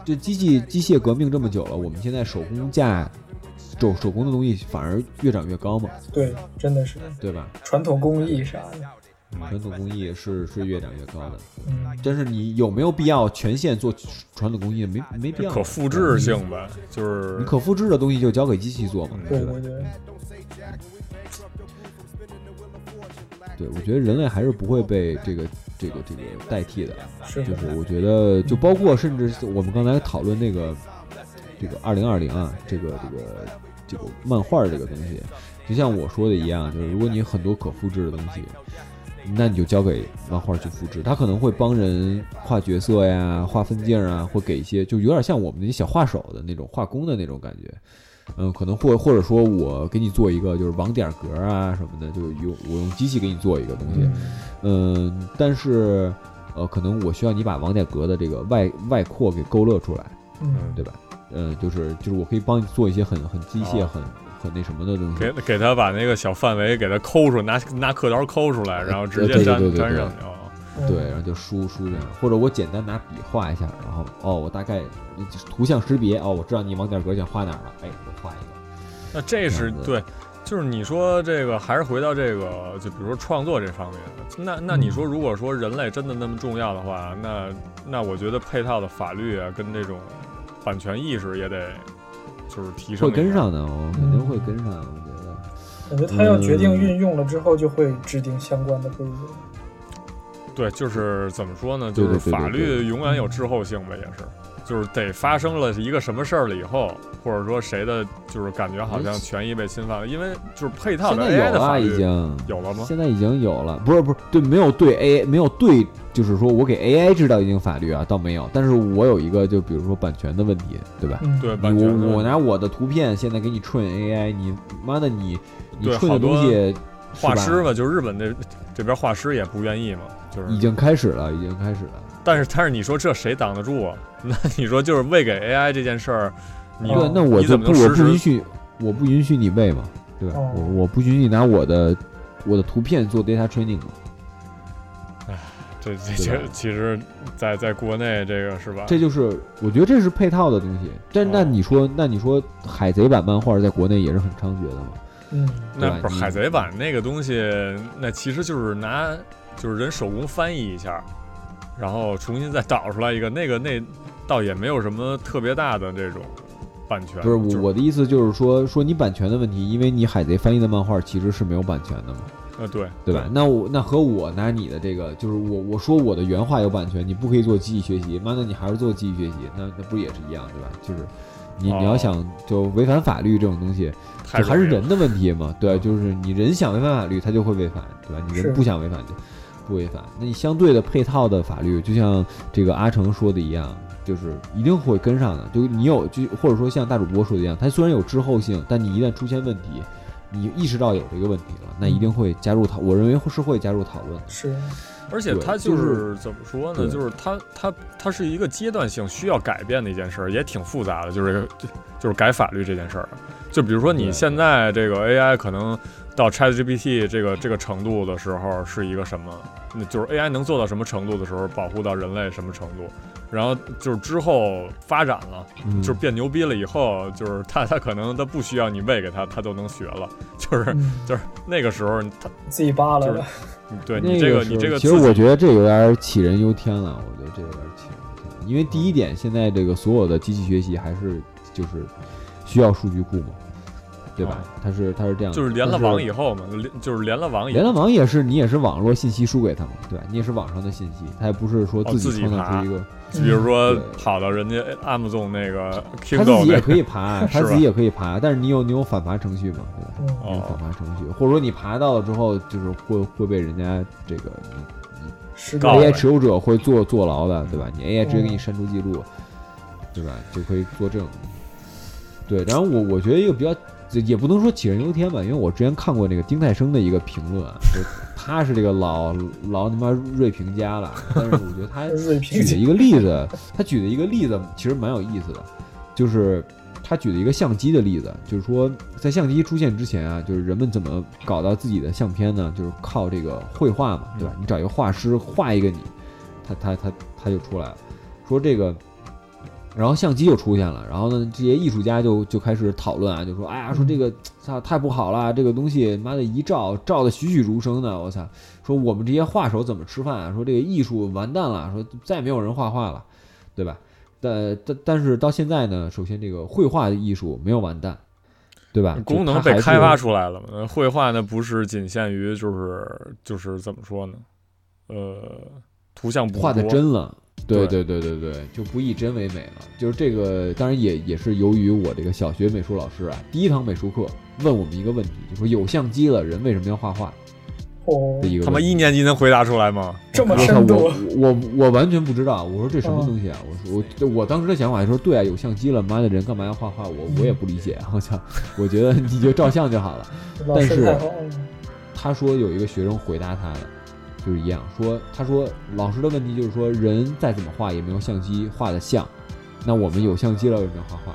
这机器机械革命这么久了，我们现在手工价手手工的东西反而越长越高嘛，
对，真的是
对吧？
传统工艺啥的，
传统工艺是是越长越高的，
嗯，
但是你有没有必要全线做传统工艺？没没必要，
哎可复制性吧，就是
嗯你可复制的东西就交给机器做嘛，
嗯
对
对吧
对？对，
对，我觉得人类还是不会被这个这个这个代替的。
是
就
的，
是我觉得，就包括甚至我们刚才讨论那个这个二零二零啊，这个这个这个漫画这个东西，就像我说的一样，就是如果你有很多可复制的东西，那你就交给漫画去复制，它可能会帮人画角色呀、画分镜啊，或给一些就有点像我们那些小画手的那种画工的那种感觉。嗯，可能或或者说我给你做一个就是网点格啊什么的，就用我用机器给你做一个东西，嗯，但是呃，可能我需要你把网点格的这个外外扩给勾勒出来，
嗯，
对吧？呃，就是就是我可以帮你做一些很很机械、
哦
很很那什么的东西
给。给他把那个小范围给他抠出，拿拿刻刀抠出来，然后直
对
接
对
粘
对对
粘
对
上去啊。
嗯
对，然后就输输这样，或者我简单拿笔画一下，然后哦，我大概就是图像识别哦，我知道你网点格想画哪儿了，哎，我画一个。
那这是
样子
对，就是你说这个，还是回到这个，就比如说创作这方面。那那你
嗯
说，如果说人类真的那么重要的话，那那我觉得配套的法律啊，跟这种版权意识也得就是提升
会
一下
跟。上的，我肯定会跟上，我觉得。
感觉他要决
嗯
定运用了之后，就会制定相关的规则。
对，就是怎么说呢？
对
就
对
是
对对
法
对
律永远有滞后性吧，也是。就是得发生了一个什么事儿了以后，或者说谁的，就是感觉好像权益被侵犯了，因为就是配套着
哎现在
AI
有
的法
了，
律
已经
有了吗？
现在已经有了，不是不是，对，没有对 A 没有对，就是说我给 AI 制造一定法律啊，倒没有，但是我有一个就比如说版权的问题，对吧？
嗯，
对，版
你
权的
我我拿我的图片现在给你串 AI，你妈的你你
对
串的
好多
东西
画
是吧
师嘛，就日本那这边画师也不愿意嘛，就是
已经开始了，已经开始了。
但是但是你说这谁挡得住啊？那你说就是喂给 AI 这件事儿，你
对，那我
你
就
怎么
不
能
我
实
不允
时
许我不允许你喂嘛，对吧？
哦
我我不允许你拿我的我的图片做 data training 嘛，
这这
对
这
吧
其实在在国内这个是吧？
这就是我觉得这是配套的东西。但
哦
那你说那你说海贼版漫画在国内也是很猖獗的嘛？
嗯，
那
对
不是
你
海贼版那个东西，那其实就是拿就是人手工翻译一下，然后重新再导出来一个，那个那倒也没有什么特别大的这种版权。
不是
啊就
我我的意思就是说说你版权的问题，因为你海贼翻译的漫画其实是没有版权的嘛。
呃对
对吧？？那我那和我拿你的这个，就是我我说我的原话有版权，你不可以做机器学习，妈的你还是做机器学习，那那不也是一样对吧？就是你你
哦
要想就违反法律这种东西，
太
就还是
容易了嗯
人的问 题嘛，对，就是你人想违反法律，他就会违反，对吧？你
是
人不想违反就不违反。那你相对的配套的法律，就像这个阿成说的一样，就是一定会跟上的。就你有就或者说像大主播说的一样，它虽然有滞后性，但你一旦出现问题，你意识到有这个问题了，那一定会加入讨，我认为是会加入讨论的。
是，
而且
对
它
就是
怎么说呢？
对
就是它它它是一个阶段性需要改变的一件事儿，也挺复杂的，就是就 就是改法律这件事儿。就比如说你
对
现在这个 AI 可能到 ChatGPT 这个这个程度的时候是一个什么？那就是 AI 能做到什么程度的时候，保护到人类什么程度？然后就是之后发展了，
嗯，
就是变牛逼了以后，就是它它可能它不需要你喂给它，它都能学了。就是
嗯，
就是那个时候它，
自己扒拉
就是
了，
对
那
你这
个
个
是
你这个
其
自
实我
己
觉得这有点杞人忧天了，我觉得这有点杞人忧天了，因为第一点，现在这个所有的机器学习还是就是需要数据库嘛，对吧？它是它是这样
哦
的，
就是连了网以
后，
后嘛，连就是连了网以后
连了网也是你也是网络信息输给它嘛，对吧？你也是网上的信息，它也不是说
哦
自
自己
己创造
爬
出一个，
嗯
比如说
对
跑到人家 Amazon 那个
它嗯自
Kindle 那
己 也
个
可以爬，它
是
自
吧
己也可以爬，但是你有你有反爬程序嘛，对吧？
嗯，
你有
哦
反爬程序，或者说你爬到了之后，就是会会被人家这个你
是
告
的，
了
AI 持有者会坐坐牢的，对吧？你 AI 直接给你
嗯
删除记录，对吧？就可以作证。对，然后我我觉得一个比较，这也不能说杞人忧天吧，因为我之前看过那个丁太升的一个评论啊，就他是这个老老他妈锐评家了，但是我觉得他
锐评
举的一个例子，他举的一个例子其实蛮有意思的，就是他举了一个相机的例子，就是说在相机出现之前啊，就是人们怎么搞到自己的相片呢？就是靠这个绘画嘛，对吧？你找一个画师画一个你，他他他他就出来了，说这个。然后相机就出现了，然后呢，这些艺术家就就开始讨论啊，就说，哎呀，说这个操太不好了，这个东西妈的一照照的栩栩如生的，我操！说我们这些画手怎么吃饭啊？说这个艺术完蛋了，说再也没有人画画了，对吧？但但但是到现在呢，首先这个绘画的艺术没有完蛋，对吧？
功
就
能
它还
被
是
开发出来了嘛。呃绘画呢不是仅限于就是就是怎么说呢？呃，图像捕捉
画的真了。对
对
对对对对，就不以真为美了。就是这个，当然也也是由于我这个小学美术老师啊，第一堂美术课问我们一个问题，就说有相机了，人为什么要画画
哦
的，一个
他妈
问题
一年级能回答出来吗？
这么
我操
深度
我，我我完全不知道，我说这什么东西啊？我说我我当时的想法就是，对啊，有相机了，妈的人干嘛要画画？我我也不理解，啊我操，我觉得你就照相就好了。
老
但
师
是
太好了，
他说有一个学生回答他的，就是一样说，他说老师的问题就是说，人再怎么画也没有相机画的像，那我们有相机了为什么要画画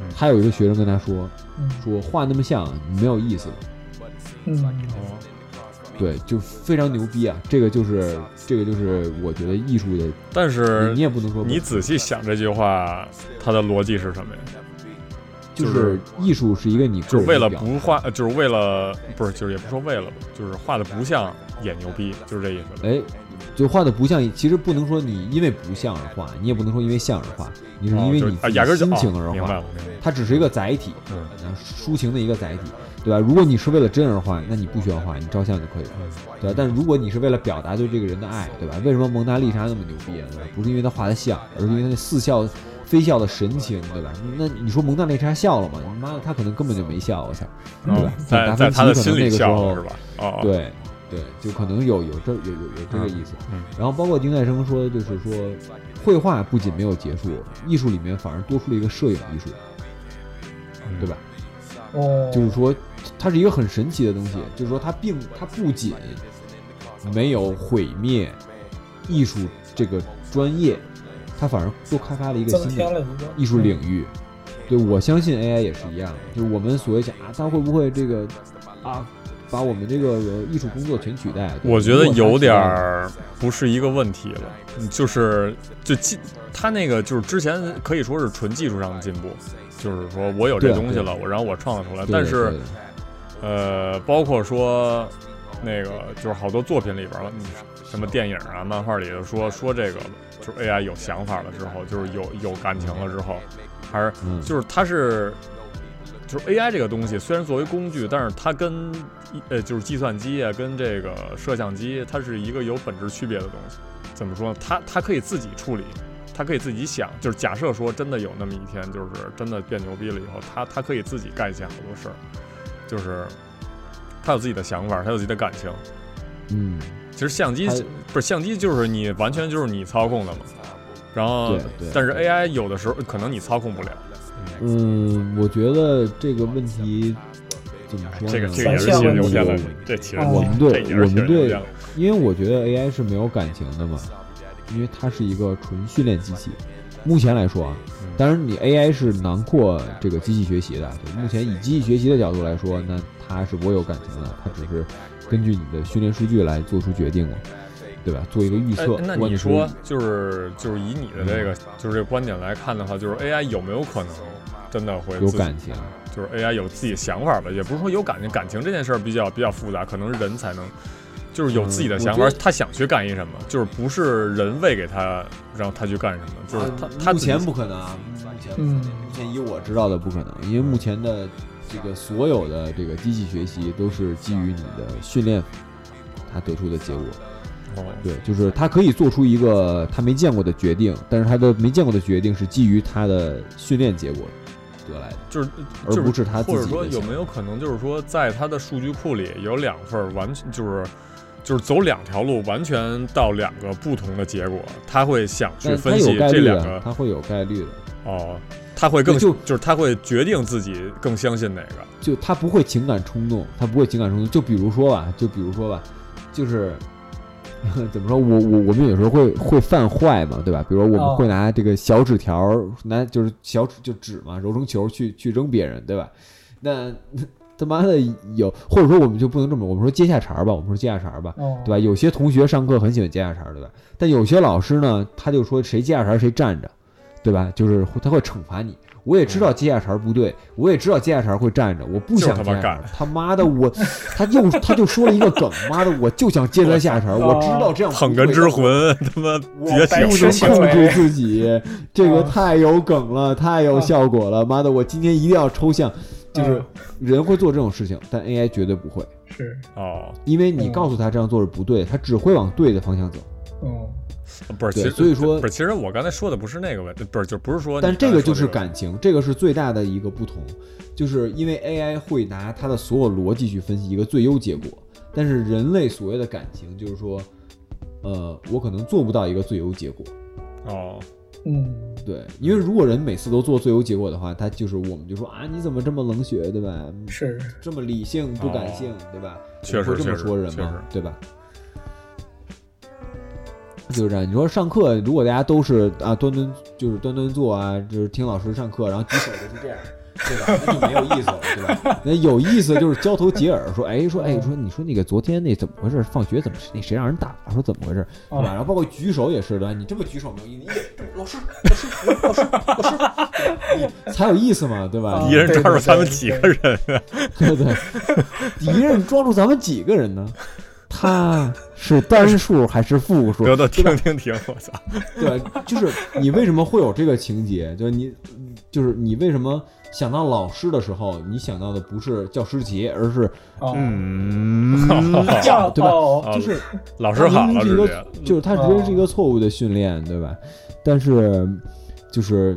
嗯？
还有一个学生跟他说
嗯
说画那么像没有意思，
嗯，
哦
对，就非常牛逼啊！这个就是这个就是我觉得艺术的，
但是
你也不能说不
你仔细想这句话，它的逻辑是什么呀？
就
就是
是艺术是一个你个
就
人
是为了
的表
不画，呃就是为了不是，就是也不说为了吧，就是画的不像也牛逼，就是这意思。
哎，就画的不像，其实不能说你因为不像而画，你也不能说因为像而画，你是因为
哦就
你
啊
自
压根
己
儿就
心
哦
情而
明白
画
了，，明白了
它只是一个载体，
嗯
啊，抒情的一个载体，对吧？如果你是为了真而画，那你不需要画，你照相就可以了，
嗯
对吧？但如果你是为了表达对这个人的爱，对吧？为什么蒙娜丽莎那么牛逼啊？对吧不是因为她画的像，而是因为她那似笑非笑的神情，对吧？那你说蒙娜丽莎笑了吗？你妈的，她可能根本就没笑，我操，
然
对
后
吧？
嗯在
达
在
芬
他的
奇
心
可能那
里
个时
笑
候啊
了是吧？哦，哦，
对对，就可能有有这有有有这个意思。
嗯
然后包括丁太生说，就是说，绘画不仅没有结束，艺术里面反而多出了一个摄影艺术，
嗯
对吧？？
哦，
就是说，它是一个很神奇的东西，就是说它并它不仅没有毁灭艺术这个专业，它反而多开发了一个
增
新
添
的
了一个
艺术领域。对，我相信 AI 也是一样的，就是我们所谓想啊，它会不会这个啊，把我们这个呃艺术工作全取代？对
我觉得
如果它
有
取代
点儿不是一个问题了，嗯就是就技，他那个就是之前可以说是纯技术上的进步，就是说我有
对
这
啊
东西
对啊
了，我然后我创造出来，
对
但
的
是
对的
呃，包括说那个就是好多作品里边儿，你什么电影啊、漫画里头说说这个，就是 AI 有想法了之后，就是有有感情了之后，还是
嗯
就是它是。就是 AI 这个东西，虽然作为工具，但是它跟一呃就是计算机啊，跟这个摄像机，它是一个有本质区别的东西。怎么说呢？它它可以自己处理，它可以自己想。就是假设说真的有那么一天，就是真的变牛逼了以后，它它可以自己干一些好多事儿。就是他有自己的想法，他有自己的感情。
嗯，
其实相机
它
不是相机，就是你完全就是你操控的嘛。然后
对对，
但是 AI 有的时候可能你操控不了。
嗯，我觉得这个问题怎么说呢？
这个这
个
个
也
也
是
是
血
血
流
流下
下来
来
的
的，这
这其
其
实
实
哦
我们对
这也
我
是血
们
流
对
下来。，
因为我觉得 AI 是没有感情的嘛，因为它是一个纯训练机器。目前来说啊，
嗯
当然你 AI 是囊括这个机器学习的，对目前以机器学习的角度来说，那它是不会有感情的，它只是根据你的训练数据来做出决定了，对吧？做一个预测。
哎，那
不管
你
是
说，就是就是以你的这个就是这个观点来看的话，就是 AI 有没有可能真的会
有
自己
感情？
就是 AI 有自己的想法吧，也不是说有感情，感情这件事儿比较比较复杂，可能是人才能，就是有自己的想
嗯
法
我觉，
他想去干一什么，就是不是人喂给他让他去干什么，就是他他
嗯啊目
自己
前不可能啊，目前
嗯
目前以我知道的不可能，因为目前的这个所有的这个机器学习都是基于你的训练，它得出的结果。
哦
对，就是它可以做出一个它没见过的决定，但是它的没见过的决定是基于它的训练结果得来的。
就是
而
就是
不是他自己
或
的
者说有
想
没有可能就是说在他的数据库里有两份儿完全就是。就是走两条路，完全到两个不同的结果，他会想去
但它
分
有
析
概
这
率
两
的，
个
它会有概率的，
哦，他会更
对就
就是他会决定自己更相信哪个。
就它不会情感冲动，它不会情感冲动。就比如说吧，就比如说吧，就是。 怎么说？我我我们有时候会会犯坏嘛，对吧？比如说我们
哦
会拿这个小纸条儿，拿就是小纸就纸嘛，揉成球去去扔别人，对吧？那 他妈的有，或者说我们就不能这么，我们说接下茬儿吧，我们说接下茬儿吧，
哦，
对吧？有些同学上课很喜欢接下茬儿，对吧？但有些老师呢，他就说谁接下茬儿谁站着，对吧？就是会他会惩罚你。我也知道接下茬儿不对，我也知道接下茬儿会站着，我不
嗯就是
想
他
接
妈
下茬儿
干。
他妈的我， 他又他就说了一个梗，妈的我就想接他下茬儿，我知道这样不
哦捧哏
对
之
但
魂，他妈觉醒！
白
不能
痴
控
情
制自己，这
嗯
个太有梗了，太有效果了。妈的，我今天一定要抽象。就是
嗯
啊
人会做这种事情，但 AI 绝对不会，
是，
哦，
因为你告诉他这样做是不对，他只会往对的方向走。
嗯，
不是，其
对
实
所以说
不是，其实我刚才说的不是那个问题，不是，就不是说你
但
刚才说这
这
个
个就是感情，这个是最大的一个不同，就是因为 AI 会拿它的所有逻辑去分析一个最优结果，但是人类所谓的感情就是说，呃，我可能做不到一个最优结果。
哦，
嗯，
对，因为如果人每次都做最优结果的话，他就是我们就说啊，你怎么这么冷血，对吧？
是，
这么理性不感性，对吧？
哦确实
我们会这么说人
确实确
嘛
实，
对吧？就是啊这样，你说上课，如果大家都是啊端端就是端端坐啊，就是听老师上课，然后举手都是这样，对吧？那就没有意思了，对吧？那有意思就是交头接耳，说哎说哎说你说那个昨天那怎么回事？放学怎么那谁让人打了？说怎么回事？对
哦
吧？然后包括举手也是的，你这么举手没有意义，这么老师老师老师老师对吧，你才有意思嘛，对吧？
啊
一人抓住他们
对对
几个人，
对不对？敌人抓住咱们几个人呢？它是单数还是复 数？
得得，停停停！我操，
对，就是你为什么会有这个情节？就是你，就是你为什么想到老师的时候，你想到的不是教师节，而是
哦，
嗯，
叫
对吧
哦，
啊
就是
老师好了，
它明明是
直
一
接
个，就是它直接是一个错误的训练，对吧？但是就是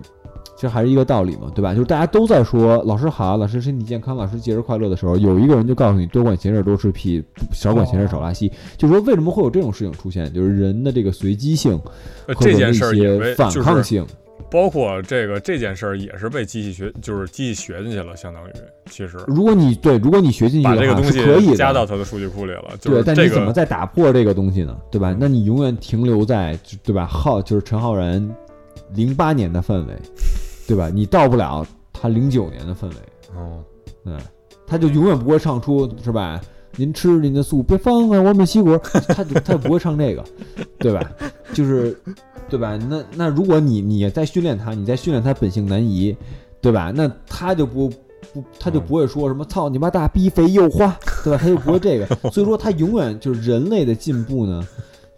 这还是一个道理嘛，对吧？就是大家都在说老师好，老师身体健康，老师节日快乐的时候，有一个人就告诉你多管闲事儿多吃屁，少管闲事儿少拉稀，就说为什么会有这种事情出现？就是人的这个随机性
呃
和
这件
人的一
事儿也
些
被
反
就
抗
是
性。
包括这个这件事儿也是被机器学，就是机器学进去了，相当于其实
如果你对，如果你学进去
把这
的
个
话
东
是可以
西
的，
加到它的数据库里了，就
对，
是
但
这
你怎么
个嗯
再打破这个东西呢？对吧？那你永远停留在就对吧？浩就是陈浩然零八年的氛围，对吧？你到不了他零九年的氛围，
哦，
嗯，他就永远不会唱出是吧？您吃您的素，别放啊，我们西国， 他就他就不会唱这个，对吧？就是，对吧？那那如果你你在训练他，你在训练他本性难移，对吧？那他就不不他就不会说什么“操你妈大逼肥又花”，对吧？他就不会这个。所以说他永远就是人类的进步呢，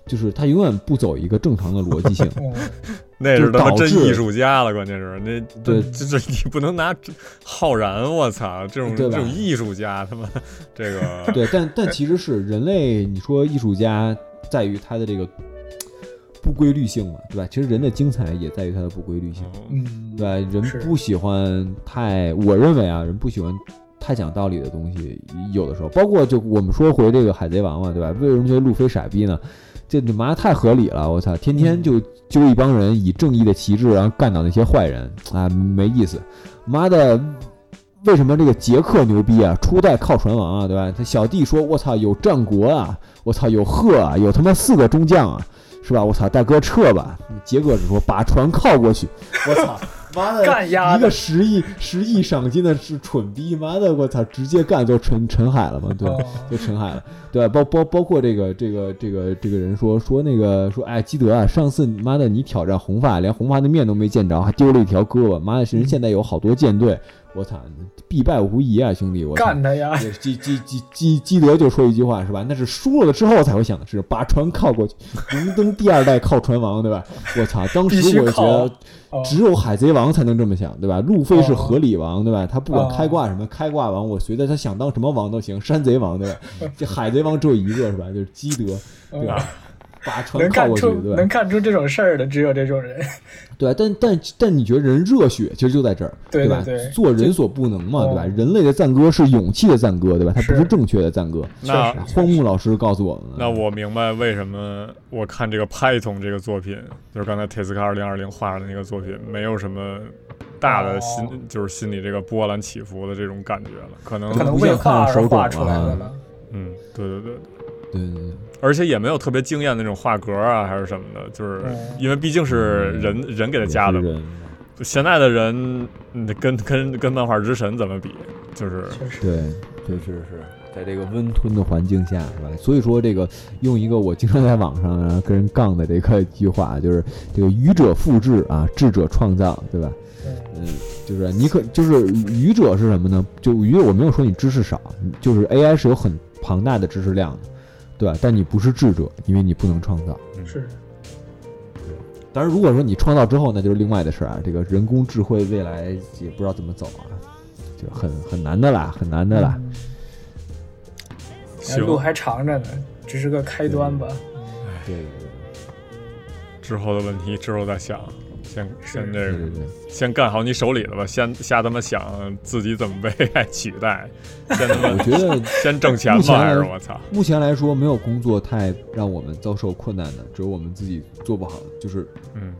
就是他永远不走一个正常的逻辑性。
嗯
那是他妈
就导
真
致
艺术家了，关键是那
对
这这你不能拿这浩然，我操，这种这
对吧
种艺术家他妈这个
对，但但其实是人类，你说艺术家在于他的这个不规律性嘛，对吧？其实人的精彩也在于它的不规律性，
嗯
嗯，
对吧？人
是
不喜欢太，我认为啊，人不喜欢太讲道理的东西，有的时候，包括就我们说回这个《海贼王》嘛，对吧？为什么觉得路飞傻逼呢？这你妈太合理了，我操！天天就揪一帮人以正义的旗帜，然后干倒那些坏人啊，没意思。妈的，为什么这个杰克牛逼啊？初代靠船王啊，对吧？他小弟说，我操，有战国啊，我操，有贺啊，有他妈四个中将啊，是吧？我操，大哥撤吧！杰克只说把船靠过去，我操，妈的，
干丫
一个
的，
十亿十亿赏金的是蠢逼，妈的，我操，直接干就沉沉海了嘛，对吧
哦？
就沉海了，对吧？包包包括这个这个这个这个人说说那个说，哎，基德啊，上次妈的你挑战红发，连红发的面都没见着，还丢了一条胳膊，妈的，人现在有好多舰队，我操，必败无疑啊，兄弟，我操
干他 呀！
对基基基基基德就说一句话是吧？那是输了之后才会想的是把船靠过去，荣登第二代靠船王，对吧？我操，当
必须
时我就觉得
靠哦
只有海贼王才能这么想，对吧？路飞是合理王，对吧？他不管
哦
开挂什么开挂王，我觉得他想当什么王都行，山贼王对吧？这海贼王只有一个是吧？就是基德，对吧？把船
嗯能
靠
干
过去，
出
对吧
能？干出这种事儿的，只有这种人。
对啊，但但但你觉得人热血其实就在这儿，
对
吧？
对对
做人所不能嘛，对吧？
哦
人类的赞歌是勇气的赞歌，对吧？它不是
是
正确的赞歌。
那
啊荒木老师告诉我们了，
那我明白为什么我看这个 Python 这个作品，就是刚才铁斯卡二零二零画的那个作品，没有什么大的心，
哦
就是心里这个波澜起伏的这种感觉了。可能，
可能
嗯不
为
像看
画
手
而
冢
画出来
啊
的吧。
嗯，对对对，
对对对，
而且也没有特别惊艳的那种画格啊，还是什么的，就是
嗯
因为毕竟是人
嗯
人给他加的
也
嘛
是。人
现在的人，嗯跟跟跟漫画之神怎么比？就是
确实，
对，确实是在这个温吞的环境下，是吧？所以说，这个用一个我经常在网上然后跟人杠的这个一句话，就是这个愚者复制啊，智者创造，对吧？
嗯
嗯，就是你可就是愚者是什么呢？就愚，我没有说你知识少，就是 AI 是有很庞大的知识量的，对吧？但你不是智者，因为你不能创造。
嗯是
当然，如果说你创造之后，那就是另外的事儿啊。这个人工智慧未来也不知道怎么走啊，就很很难的啦，很难的
嗯
啦。
行，
路哎还长着呢，只是个开端吧。
对对
之后的问题之后再想，先先这
对
个
对对。
先干好你手里的吧，先瞎他妈想自己怎么被 AI 取代，先他
我
妈
觉得
先挣钱
目前
吧，还是
来
我操，
目前来说，没有工作太让我们遭受困难的，只有我们自己做不好。就是
嗯，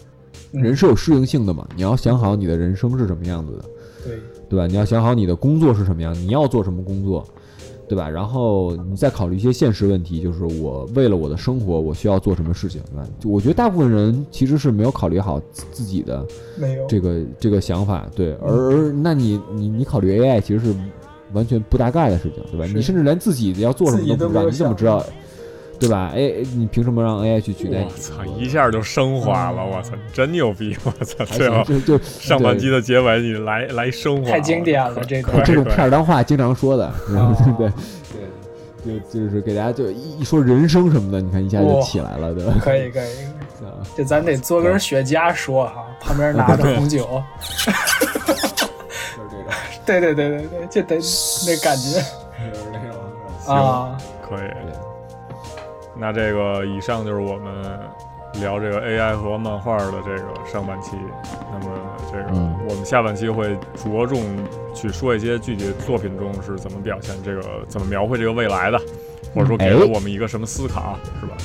嗯
人是有适应性的嘛，你要想好你的人生是什么样子的，
对，
对吧？你要想好你的工作是什么样，你要做什么工作，对吧？然后你再考虑一些现实问题，就是我为了我的生活，我需要做什么事情，对吧？就我觉得大部分人其实是没有考虑好自自己的
没有
这个这个想法，对，而
嗯
而那你你你考虑 AI 其实是完全不搭盖的事情，对吧？
是
你甚至连自己要做什么都不知道，你
自己
怎么
都没有
知道？对吧？A 你凭什么让 AI 去取代
我
你？
操，一下就升华了，我操，真牛逼，我操，
还
最
行
后
就就
上半集
对
的结尾你来来升华，
呃
太经典了，这
快
个
这种片儿当话经常说的，对
哦
对对就就是给大家就一一说人生什么的，你看一下就
哇
起来了，对
可以可以，
吧？
这咱得做根雪茄说哈、旁边拿着红酒，
就是这种，
对对对对对，就得那感觉
就是这种。
啊，
可以。那这个以上就是我们聊这个 AI 和漫画的这个上半期。那么这个
嗯
我们下半期会着重去说一些具体作品中是怎么表现这个、怎么描绘这个未来的，或者
嗯
说
哎
给了我们一个什么思考，啊是吧？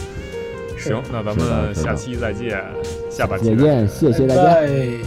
是
行，那咱
是的
们
是的
下期再见，下半期
再见，谢谢大家。
对。